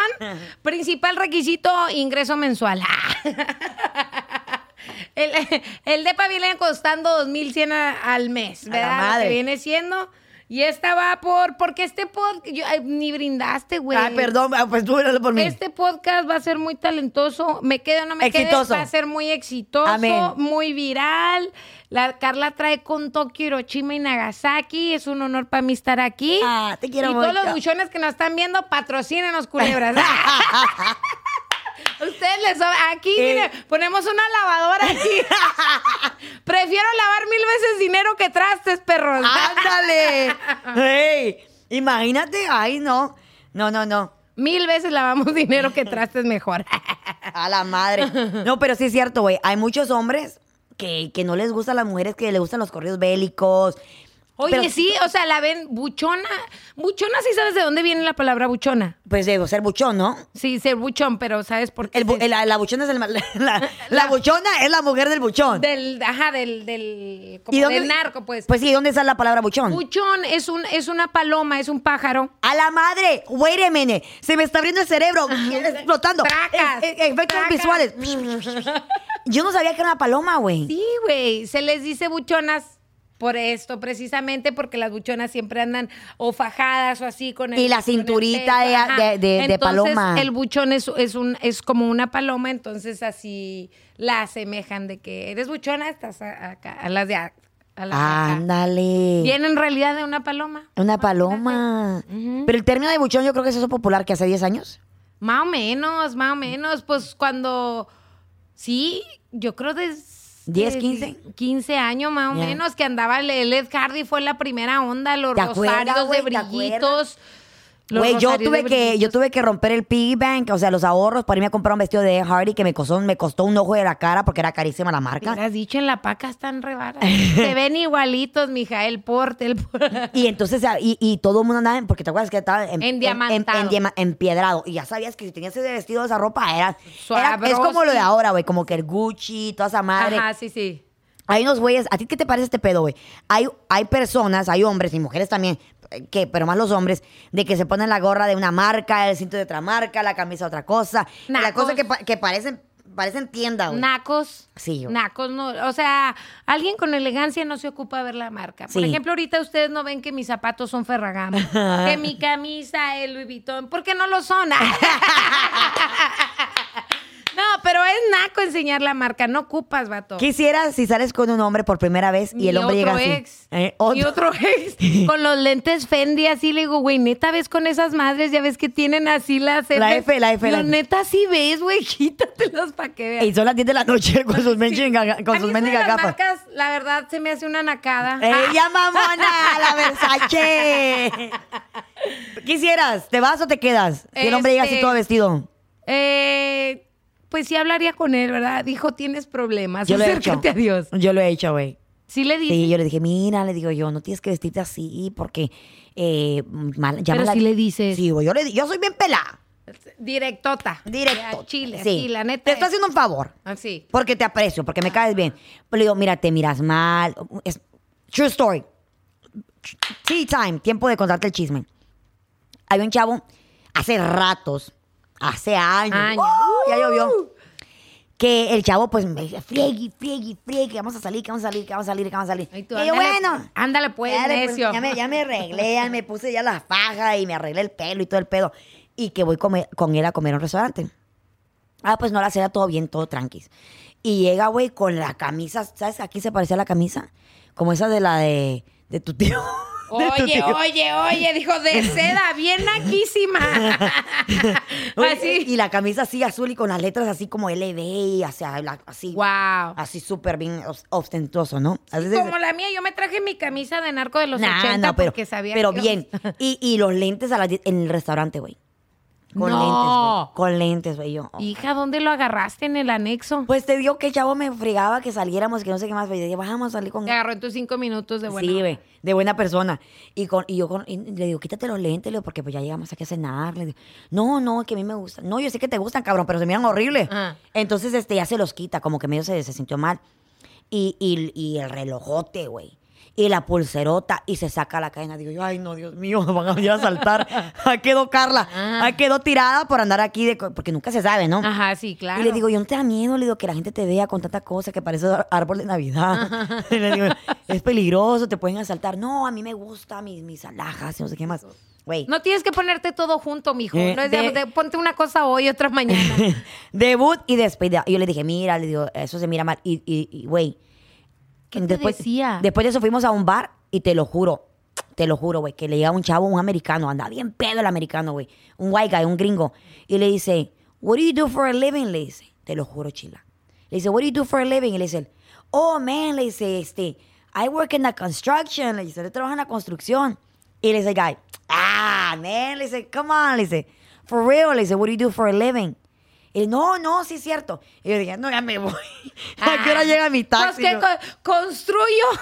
S2: Principal requisito, ingreso mensual. [laughs] Ah. El, el DEPA viene costando 2.100 a- al mes,
S1: A la
S2: ¿verdad? Lo
S1: madre.
S2: que viene siendo. Y esta va por... Porque este pod... yo- ay, ni brindaste, güey.
S1: Ay, perdón, ah, pues tú brindalo por mí.
S2: Este podcast va a ser muy talentoso. Me quedo, no me
S1: Exitoso.
S2: quede. Va a ser muy exitoso,
S1: Amén.
S2: muy viral. La Carla trae con Tokio, Hiroshima y Nagasaki. Es un honor para mí estar aquí.
S1: Ah, te quiero
S2: y
S1: mucho.
S2: todos los buchones que nos están viendo, patrocínenos, culebras. [laughs] Ustedes les sobra- Aquí,
S1: Eh.
S2: mire, ponemos una lavadora [laughs] aquí. Prefiero lavar mil veces dinero que trastes, perros.
S1: ¡Ándale! ¡Ey! Imagínate, ay, no. No, no, no.
S2: Mil veces lavamos dinero que trastes mejor.
S1: A la madre. No, pero sí es cierto, güey. Hay muchos hombres que, que no les gustan las mujeres, que les gustan los corridos bélicos.
S2: [laughs] Oye,
S1: Pero-
S2: sí, o sea, la ven buchona. Buchona, sí sabes de dónde viene la palabra buchona.
S1: Pues debo ser buchón, ¿no?
S2: Sí, ser buchón, pero ¿sabes por qué?
S1: El bu-
S2: se-
S1: la, la buchona es el, ma- [laughs] la, la- la buchona es la mujer del buchón.
S2: del, ajá, del, del, como del narco, pues.
S1: Pues sí, ¿dónde está la palabra buchón?
S2: Buchón es, un, es una paloma, es un pájaro.
S1: a la madre, wait a minute, se me está abriendo el cerebro, explotando.
S2: Tracas,
S1: E- e- efectos
S2: tracas. [laughs]
S1: visuales. Yo no sabía que era una paloma, güey.
S2: Sí, güey, se les dice buchonas por esto, precisamente porque las buchonas siempre andan o fajadas o así con el
S1: Y la
S2: con el
S1: cinturita
S2: pecho,
S1: de-
S2: ajá.
S1: de- de- de
S2: Entonces,
S1: paloma.
S2: El buchón es, es un es como una paloma, entonces así la asemejan de que eres buchona, estás a- acá, a las de a- a las de acá.
S1: Ándale.
S2: Viene en realidad de una paloma.
S1: Una paloma. Pero el término de buchón yo creo que es eso popular que hace 10 años.
S2: Más o menos, más o menos. Pues cuando. Sí, yo creo de.
S1: 10,
S2: de-
S1: 15.
S2: 15 años más o
S1: Ya.
S2: menos que andaba el el Ed Hardy, fue la primera onda, los
S1: ¿Te
S2: rosarios
S1: acuerdas, güey?
S2: de
S1: ¿Te acuerdas?
S2: brillitos. los
S1: Güey, yo
S2: rosarios de
S1: tuve que yo
S2: brillitos.
S1: tuve que romper el piggy bank, o sea, los ahorros para irme a comprar un vestido de Ed Hardy que me costó me costó un ojo de la cara porque era carísima la marca.
S2: Hubieras dicho en la paca están
S1: [laughs]
S2: re baratos. Se ven igualitos, mija, el porte, el porte.
S1: Y entonces, ah, y, y todo el mundo andaba, en- porque te acuerdas que estaba en,
S2: Endiamantado.
S1: en- en- en- empiedrado. Y ya sabías que si tenías ese vestido, esa ropa era. era
S2: Suavroso.
S1: es como lo de ahora, güey, como que el Gucci, toda esa madre.
S2: Ajá, sí, sí.
S1: Hay unos güeyes, ¿a ti qué te parece este pedo, güey? Hay, hay personas, hay hombres y mujeres también, eh, que, pero más los hombres, de que se ponen la gorra de una marca, el cinto de otra marca, la camisa de otra cosa. y La
S2: Nacos.
S1: cosa que, pa- que parecen, parecen tienda, güey.
S2: Nacos.
S1: Sí, yo-
S2: Nacos no. O sea, alguien con elegancia no se ocupa de ver la marca. Por
S1: Sí.
S2: ejemplo, ahorita ustedes no ven que mis zapatos
S1: [laughs]
S2: son Ferragamo, que mi [laughs] camisa es Louis Vuitton, porque no lo son. No, pero es naco enseñar la marca, no ocupas, vato.
S1: Quisiera si sales con un hombre por primera vez y
S2: Mi
S1: el hombre
S2: otro
S1: llega así.
S2: ex.
S1: Eh,
S2: Y otro ex
S1: [laughs]
S2: con los lentes Fendi así le digo, güey, neta ves con esas madres, ya ves que tienen así las
S1: La
S2: Fs?
S1: F, la F,
S2: Yo,
S1: la F.
S2: neta sí ves, güey, [laughs] quítatelas para que veas.
S1: Y son las 10 de la noche [laughs] con sus mendigas
S2: A
S1: con
S2: mí
S1: sus
S2: eso de
S1: mendigas
S2: las
S1: gafas.
S2: marcas, la verdad, se me hace una nacada. Ah,
S1: Ella mamona, la
S2: [laughs]
S1: Versace. Quisieras, ¿te vas o te quedas? Y el hombre llega así
S2: Este-
S1: todo vestido.
S2: Eh, pues sí hablaría con él, ¿verdad? Dijo, tienes problemas,
S1: Yo lo he hecho.
S2: acércate a Dios.
S1: Yo lo he hecho, güey.
S2: Sí le dije,
S1: Sí, yo le dije, mira, le digo yo, no tienes que vestirte así porque eh, mal, llama
S2: Pero
S1: la-
S2: sí le dices.
S1: Sí, güey, yo, le, di- yo soy bien pelada.
S2: directota.
S1: Directo.
S2: A Chile,
S1: Sí.
S2: sí, la neta.
S1: Te
S2: es- Ah,
S1: estoy haciendo un favor.
S2: Así.
S1: Porque te aprecio, porque me caes bien. Pero le digo, mira, te miras mal. Es- true story. Tea time, tiempo de contarte el chisme. Hay un chavo, hace ratos, hace años,
S2: Años.
S1: ¡uh! ya llovió, que el chavo pues me dice, friegue, friegue, friegue, que vamos a salir, que vamos a salir, que vamos a salir, que vamos a salir.
S2: Ay, tú,
S1: y yo,
S2: ándale,
S1: bueno,
S2: ándale, pues,
S1: ya, le-
S2: necio.
S1: ya me, ya me arreglé, ya me puse ya la faja y me arreglé el pelo y todo el pedo. Y que voy come- con él a comer a un restaurante. Ah, pues no la hacía todo bien, todo tranquis. Y llega, güey, con la camisa, ¿sabes? Aquí se parecía la camisa, como esa de la de, de tu
S2: [laughs]
S1: tío. [laughs] De tu
S2: Oye,
S1: tío.
S2: oye, oye, dijo
S1: [laughs]
S2: de seda, bien naquísima.
S1: Oye,
S2: Así.
S1: Y la camisa así azul y con las letras así como LB y así, así,
S2: Wow.
S1: así súper bien os- ostentoso, ¿no? Así se-
S2: Como la mía, yo me traje mi camisa de narco de los
S1: Nah,
S2: 80
S1: no, pero,
S2: porque sabía
S1: pero
S2: que-
S1: bien. Y, y los lentes a las diez- en el restaurante, güey. Con
S2: No.
S1: lentes, güey. Con lentes, güey. Yo, oh.
S2: Hija, ¿dónde lo agarraste en el anexo?
S1: Pues te digo que el chavo me fregaba que saliéramos, que no sé qué más, pero yo dije, vamos a salir con
S2: Te agarró en tus cinco minutos de buena.
S1: Sí, güey, de buena persona. Y, con, y yo con- y le digo, quítate los lentes, le digo, porque pues ya llegamos aquí a cenar. Le digo, no, no, que a mí me gustan. No, yo sé que te gustan, cabrón, pero se miran horribles.
S2: Ajá.
S1: Entonces, este, ya se los quita, como que medio se, se sintió mal. Y, y- y el relojote, güey. Y la pulserota, y se saca la cadena. Digo yo, ay, no, Dios mío, [laughs] nos van a venir a saltar. [laughs] Ahí quedó Carla.
S2: Ah.
S1: Ahí quedó tirada por andar aquí, de, co- porque nunca se sabe, ¿no?
S2: Ajá, sí, claro.
S1: Y le digo, yo no te da miedo, le digo, que la gente te vea con tanta cosa que parece ar- árbol de
S2: [laughs]
S1: Navidad. [laughs] le digo, es peligroso, te pueden asaltar. No, a mí me gusta mis, mis alhajas y no sé qué más. Güey,
S2: No tienes que ponerte todo junto, mijo.
S1: Eh,
S2: No es de-
S1: de-
S2: de- ponte una cosa hoy, otra
S1: [laughs]
S2: mañana.
S1: [laughs] debut y despedida. Y yo le dije, mira, le digo, eso se mira mal. Y, y, y, güey.
S2: ¿Qué te decía?
S1: Después de eso fuimos a un bar y te lo juro, te lo juro, güey, que le llega un chavo, un americano, anda bien pedo el americano, güey. Un white guy, un gringo. Y le dice, what do you do for a living? Le dice, te lo juro, chila. Le dice, what do you do for a living? Y le dice, él, oh, man, le dice, este, I work in the construction. Le dice, yo trabajo en la construcción. Y le dice, el guy, ah, man, le dice, come on, le dice, for real, le dice, what do you do for a living? Y él, no, no, sí es cierto. Y yo dije, no, ya me voy. [laughs] ¿A qué hora llega mi taxi?
S2: Pues que
S1: no? [laughs]
S2: co-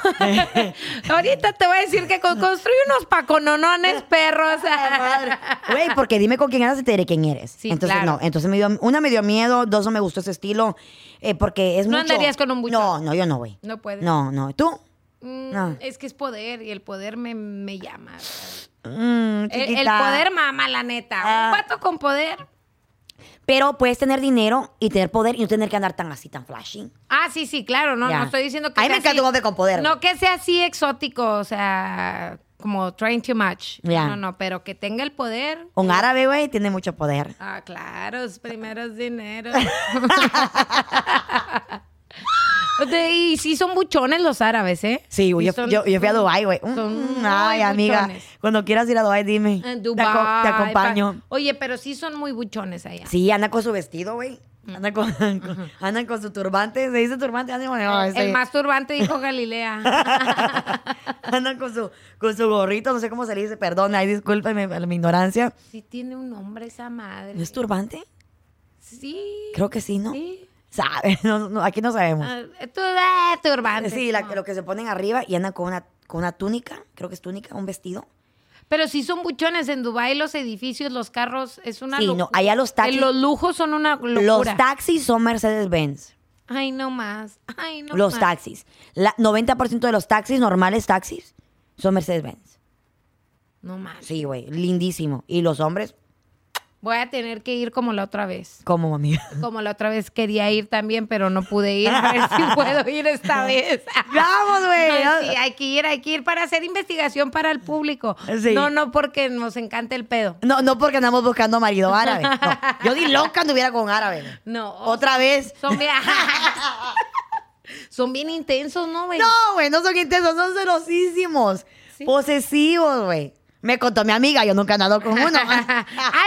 S2: construyo. Ahorita te voy a decir que con- construyo unos
S1: [laughs]
S2: pacononones, perros.
S1: Ah, madre. Güey, porque dime con quién andas y te diré quién eres.
S2: Sí,
S1: entonces,
S2: claro.
S1: no. Entonces, me dio- una me dio miedo, dos no me gustó ese estilo, eh, porque es
S2: No
S1: mucho.
S2: andarías con un buchón.
S1: No, no, yo no, güey.
S2: No puedes.
S1: No, no. ¿Tú?
S2: Mm,
S1: No.
S2: Es que es poder y el poder me, me llama.
S1: Mm,
S2: El, el
S1: chiquita.
S2: poder mama, la neta.
S1: Ah.
S2: Un vato con poder.
S1: Pero puedes tener dinero y tener poder y no tener que andar tan así, tan flashy.
S2: Ah, sí, sí, claro. No,
S1: Ya.
S2: no estoy diciendo que
S1: A mí me
S2: sea
S1: encanta
S2: así-
S1: un hombre con poder.
S2: No que sea así exótico, o sea, como trying too much.
S1: Ya.
S2: No, no, pero que tenga el poder.
S1: Un árabe, güey, tiene mucho poder.
S2: Ah, claro, los primeros dineros. [laughs] De- y sí son buchones los árabes, ¿eh?
S1: Sí, güey,
S2: Sí
S1: yo,
S2: son-
S1: yo, yo fui a
S2: son-
S1: Dubái, güey. Mm,
S2: son
S1: mm, ay,
S2: muy
S1: amiga,
S2: buchones.
S1: cuando quieras ir a Dubái, dime.
S2: En
S1: Te, aco-
S2: Dubái,
S1: te acompaño.
S2: pa- Oye, pero sí son muy buchones allá.
S1: Sí, anda con su vestido, güey.
S2: Mm.
S1: Anda con, [laughs] con- andan con su turbante. ¿Se dice turbante? Andan con, no,
S2: El
S1: ese- [laughs]
S2: masturbante dijo Galilea.
S1: andan con su, con su gorrito. No sé cómo se le dice. Perdón, ahí discúlpeme mi ignorancia.
S2: Sí tiene un nombre esa madre.
S1: ¿No es turbante?
S2: Sí.
S1: Creo que sí, ¿no?
S2: Sí.
S1: Sabe, [laughs] no, no, aquí no sabemos.
S2: Ah, tú, ah, turbante.
S1: sí, la-
S2: No.
S1: lo que se ponen arriba y andan con una, con una túnica. Creo que es túnica, un vestido.
S2: Pero sí son buchones en Dubai los edificios, los carros, es una
S1: Sí,
S2: locu-
S1: no, allá los taxis-
S2: Eh, Los lujos son una locura.
S1: Los taxis son Mercedes-Benz.
S2: Ay, no más. Ay, no
S1: los
S2: más.
S1: taxis. La, 90% de los taxis, normales taxis, son Mercedes-Benz.
S2: No más.
S1: Sí, güey, lindísimo. Y los hombres,
S2: Voy a tener que ir como la otra vez.
S1: ¿Cómo,
S2: [laughs]
S1: mami?
S2: Como la otra vez quería ir también, pero no pude ir.
S1: [laughs]
S2: A ver si puedo ir esta vez.
S1: ¡Vamos, güey!
S2: No, sí, hay que ir, hay que ir para hacer investigación para el público.
S1: Sí.
S2: No, no porque nos encanta el pedo.
S1: No, no porque andamos buscando marido árabe. no. [laughs] Yo di
S2: [laughs]
S1: loca anduviera con árabe.
S2: No.
S1: Otra vez.
S2: Son
S1: [laughs]
S2: bien, [laughs] son bien intensos, ¿no, [laughs] güey?
S1: No, güey, no son intensos, son celosísimos.
S2: Sí.
S1: Pues Posesivos, güey. Me contó mi amiga, yo nunca he andado con uno.
S2: Ah,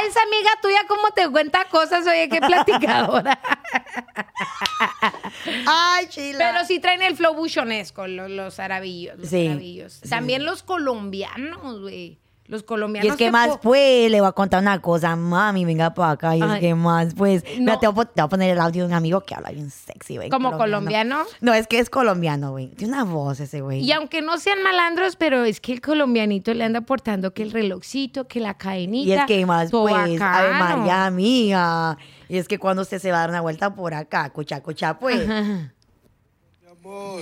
S2: esa amiga tuya, ¿cómo te cuenta cosas? Oye,
S1: [laughs]
S2: qué platicadora.
S1: Ay, chila.
S2: Pero sí traen el flow buchonesco, lo- los, arabillos. Los
S1: Sí,
S2: arabillos. También los colombianos, güey. Los colombianos.
S1: y es que
S2: se
S1: más,
S2: po-
S1: pues, le voy a contar una cosa, mami, venga para acá. Y es
S2: Ay.
S1: que más, pues, Mira,
S2: No.
S1: te, voy, a po- te voy a poner el audio de un amigo que habla bien sexy, güey.
S2: ¿Como colombiano?
S1: No, es que es colombiano, güey. Tiene una voz ese, güey.
S2: Y aunque no sean malandros, pero es que el colombianito le anda aportando que el relojcito, que la cadenita.
S1: Y es que más,
S2: todo
S1: pues, a ver,
S2: bacano.
S1: María mía. Y es que cuando usted se va a dar una vuelta por acá, cucha, cucha, pues.
S4: Mi amor,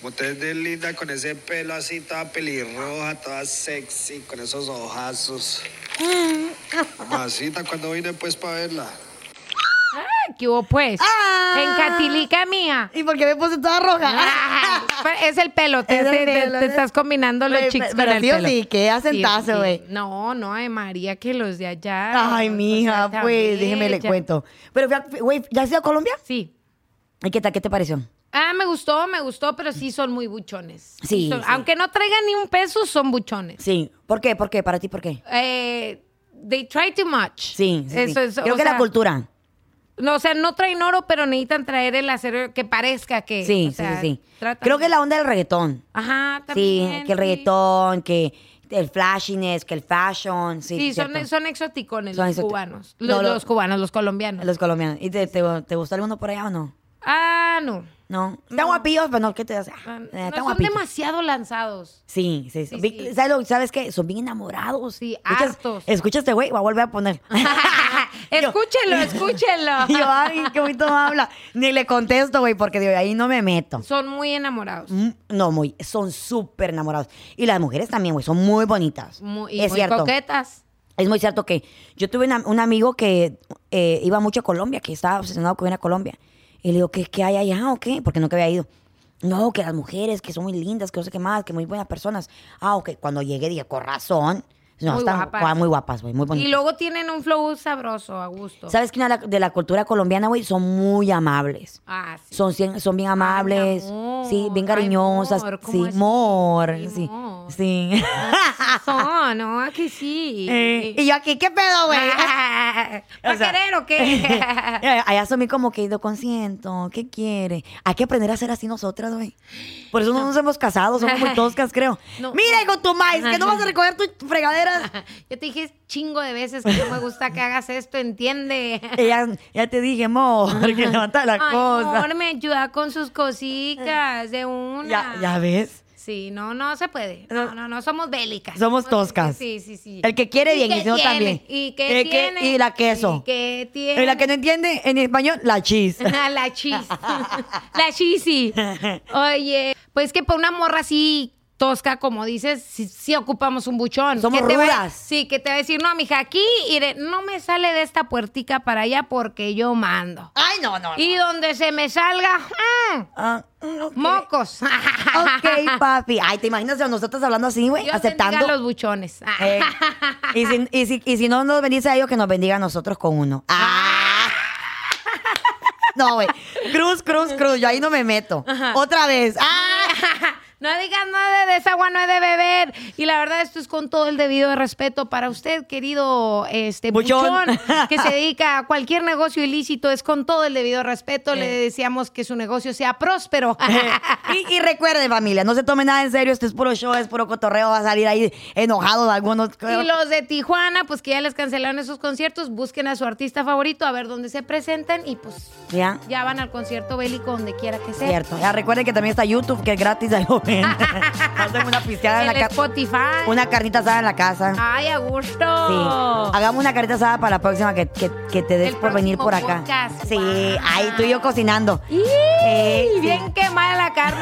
S4: como te ves de linda con ese pelo así, toda pelirroja, toda sexy, con esos ojazos. Mamacita, cuando vine pues para verla?
S2: Ah, ¿Qué hubo, pues?
S1: Ah.
S2: En Catilica mía.
S1: ¿Y por qué me puse toda roja?
S2: Ah, es el pelo, te,
S1: Es el
S2: te- te-
S1: pelo,
S2: te
S1: es-
S2: estás combinando los
S1: Güey,
S2: chicos
S1: pe-
S2: con
S1: pero
S2: el
S1: sí o
S2: pelo.
S1: sí, qué acentazo,
S2: sí.
S1: güey.
S2: No, no, ay María, que los de allá.
S1: [laughs] Ay,
S2: los-
S1: mija,
S2: los
S1: pues,
S2: también,
S1: déjeme le
S2: ya.
S1: cuento. Pero, fui a- fui- güey, ¿ya has ido a Colombia?
S2: Sí.
S1: ¿Y qué tal? ¿Qué te pareció?
S2: Ah, me gustó, me gustó, pero sí son muy buchones.
S1: Sí,
S2: son-
S1: sí.
S2: Aunque no traigan ni un peso, son buchones.
S1: Sí. ¿Por qué? ¿Por qué? ¿Para ti por qué?
S2: Eh, they try too much.
S1: Sí, sí,
S2: Eso
S1: sí.
S2: es.
S1: Creo
S2: o
S1: que
S2: sea,
S1: la cultura.
S2: No, o sea, no traen oro, pero necesitan traer el acero que parezca que.
S1: Sí,
S2: o
S1: sí,
S2: sea,
S1: sí, sí.
S2: tratan-
S1: Creo que la onda del reggaetón.
S2: Ajá,
S1: Sí,
S2: también.
S1: que el
S2: sí.
S1: reggaetón, que el flashiness, que el fashion. Sí,
S2: Sí, son,
S1: cierto.
S2: son exoticones
S1: Son
S2: los
S1: exoti-
S2: cubanos.
S1: No,
S2: Los,
S1: lo-
S2: los cubanos, los colombianos.
S1: Los colombianos. ¿Y te, te, te gustó alguno por allá o no?
S2: Ah, no.
S1: No. Están guapillos, pero no, ¿qué te hace? Ah,
S2: Ah,
S1: eh,
S2: no,
S1: están
S2: son
S1: guapillos. [laughs]
S2: demasiado lanzados. [laughs]
S1: Sí, sí, sí.
S2: Sí,
S1: Vi-
S2: sí.
S1: ¿Sabes, lo- sabes qué? Son bien enamorados.
S2: Sí,
S1: Escuchas-
S2: hartos.
S1: Escucha este güey, voy a volver a
S2: [laughs]
S1: poner. [laughs]
S2: escúchelo,
S1: Y [laughs] yo,
S2: escúchelo.
S1: ay, qué bonito habla. Ni le contesto, güey, porque digo, ahí no me meto.
S2: Son muy enamorados.
S1: Mm, No, muy, son súper enamorados. Y las mujeres también, güey, son muy bonitas.
S2: Muy, y
S1: es
S2: muy
S1: cierto.
S2: coquetas.
S1: Es muy cierto que yo tuve una- un amigo que eh, iba mucho a Colombia, que estaba obsesionado con ir a Colombia. Y le digo, ¿qué, qué hay allá o qué? Porque nunca había ido. No, que las mujeres, que son muy lindas, que no sé qué más, que muy buenas personas. Ah, ok. Cuando llegué dije, con razón. No,
S2: Muy
S1: están
S2: guapas.
S1: gua- muy guapas, güey, muy
S2: Y
S1: bonitas.
S2: luego tienen un flow sabroso, a gusto.
S1: ¿Sabes que una de la- de la cultura colombiana, güey? Son muy amables.
S2: Ah, sí.
S1: Son, cien- son bien amables,
S2: amor.
S1: sí, bien
S2: Ay,
S1: cariñosas,
S2: amor, ¿cómo
S1: sí,
S2: así?
S1: amor,
S2: Sí,
S1: sí,
S2: amor.
S1: sí.
S2: Ah, Son, ¿no? ¿A que sí?
S1: Eh, [laughs] y yo aquí, ¿qué pedo, güey?
S2: Ah,
S1: [laughs]
S2: ¿Va
S1: O sea-
S2: a querer
S1: [laughs]
S2: o qué? [laughs]
S1: Eh, Allá son bien como que yo consiento, ¿qué quiere? Hay que aprender a ser así nosotras, güey. Por eso no nos hemos casado, somos
S2: [laughs]
S1: muy toscas, creo.
S2: No.
S1: Mira, hijo tu maíz, que no vas a recoger tu
S2: [laughs]
S1: fregadera.
S2: Yo te dije chingo de veces que no me gusta que hagas esto, entiende.
S1: Eh, ya, ya te dije, amor, que levanta la
S2: [laughs] Ay,
S1: cosa.
S2: amor, me ayuda con sus cositas de una.
S1: Ya, ya ves.
S2: Sí, no, no se puede. No, no, no, somos bélicas.
S1: Somos toscas.
S2: Sí, sí, sí.
S1: El que quiere bien, y
S2: qué
S1: si no
S2: tiene?
S1: también.
S2: ¿Y qué
S1: El que-
S2: tiene?
S1: y la queso.
S2: ¿Y qué tiene?
S1: Y eh, la que no entiende en español, la
S2: [laughs]
S1: chis.
S2: la chis. la chisi. Oye, pues que para una morra así tosca, como dices, sí, sí ocupamos un buchón.
S1: Somos
S2: Que te va-
S1: rudas.
S2: sí, que te va a decir, no, mija, aquí iré, no me sale de esta puertica para allá porque yo mando.
S1: Ay, no, no.
S2: Y donde se me salga, mm,
S1: Ah, mm, ok.
S2: mocos. [laughs]
S1: Ok, papi. Ay, ¿te imaginas a nosotros hablando así, güey?
S2: Dios
S1: Aceptando.
S2: bendiga a los buchones.
S1: [laughs] Eh, y, si, y si- y si no nos bendice a ellos, que nos bendiga a nosotros con uno. Ah. No, güey. Cruz, cruz, cruz. Yo ahí no me meto. Otra vez. Ah.
S2: No digas nada de esa agua, no he de beber. Y la verdad, esto es con todo el debido respeto para usted, querido este
S1: Buchón.
S2: buchón,
S1: [laughs]
S2: que se dedica a cualquier negocio ilícito. Es con todo el debido respeto. Le
S1: Eh.
S2: deseamos que su negocio sea próspero. [laughs]
S1: Y, y recuerden, familia, no se tome nada en serio. Esto es puro show, es puro cotorreo. Va a salir ahí enojado de algunos.
S2: Y los de Tijuana, pues que ya les cancelaron esos conciertos, busquen a su artista favorito a ver dónde se presentan y pues
S1: Ya.
S2: ya van al concierto bélico donde quiera que sea.
S1: Cierto. Ya recuerden que también está YouTube, que es gratis. Ahí lo ven. Hacen una pisteada en
S2: El
S1: la casa.
S2: Spotify.
S1: Una carnita asada en la casa.
S2: Ay, a gusto.
S1: Sí. Hagamos una carita asada para la próxima que, que- que te des
S2: El
S1: por venir
S2: próximo
S1: por acá.
S2: podcast.
S1: Sí,
S2: Guau.
S1: ahí tú y yo cocinando.
S2: ¡Y!
S1: Eh, sí.
S2: bien quemada la carne.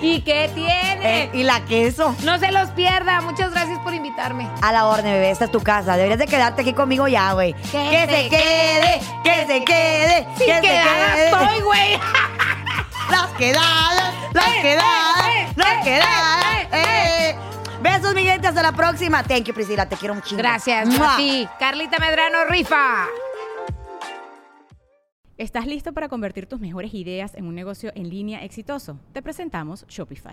S2: ¿Y qué tiene?
S1: [laughs] Eh, y la queso.
S2: No se los pierda. Muchas gracias por invitarme.
S1: A la orden, bebé. Esta es tu casa. Deberías de quedarte aquí conmigo ya, güey. Que, se quede, que se quede,
S2: Sí,
S1: que se
S2: quedada
S1: quede.
S2: estoy, güey.
S1: Las quedadas, las
S2: Eh,
S1: quedadas,
S2: eh, eh,
S1: las
S2: eh,
S1: quedadas.
S2: eh, eh.
S1: eh. Besos, mi gente. Hasta la próxima. Thank you, Priscila. Te quiero un chingo.
S2: Gracias
S1: Mua.
S2: a ti. Carlita Medrano rifa.
S5: ¿Estás listo para convertir tus mejores ideas en un negocio en línea exitoso? Te presentamos Shopify.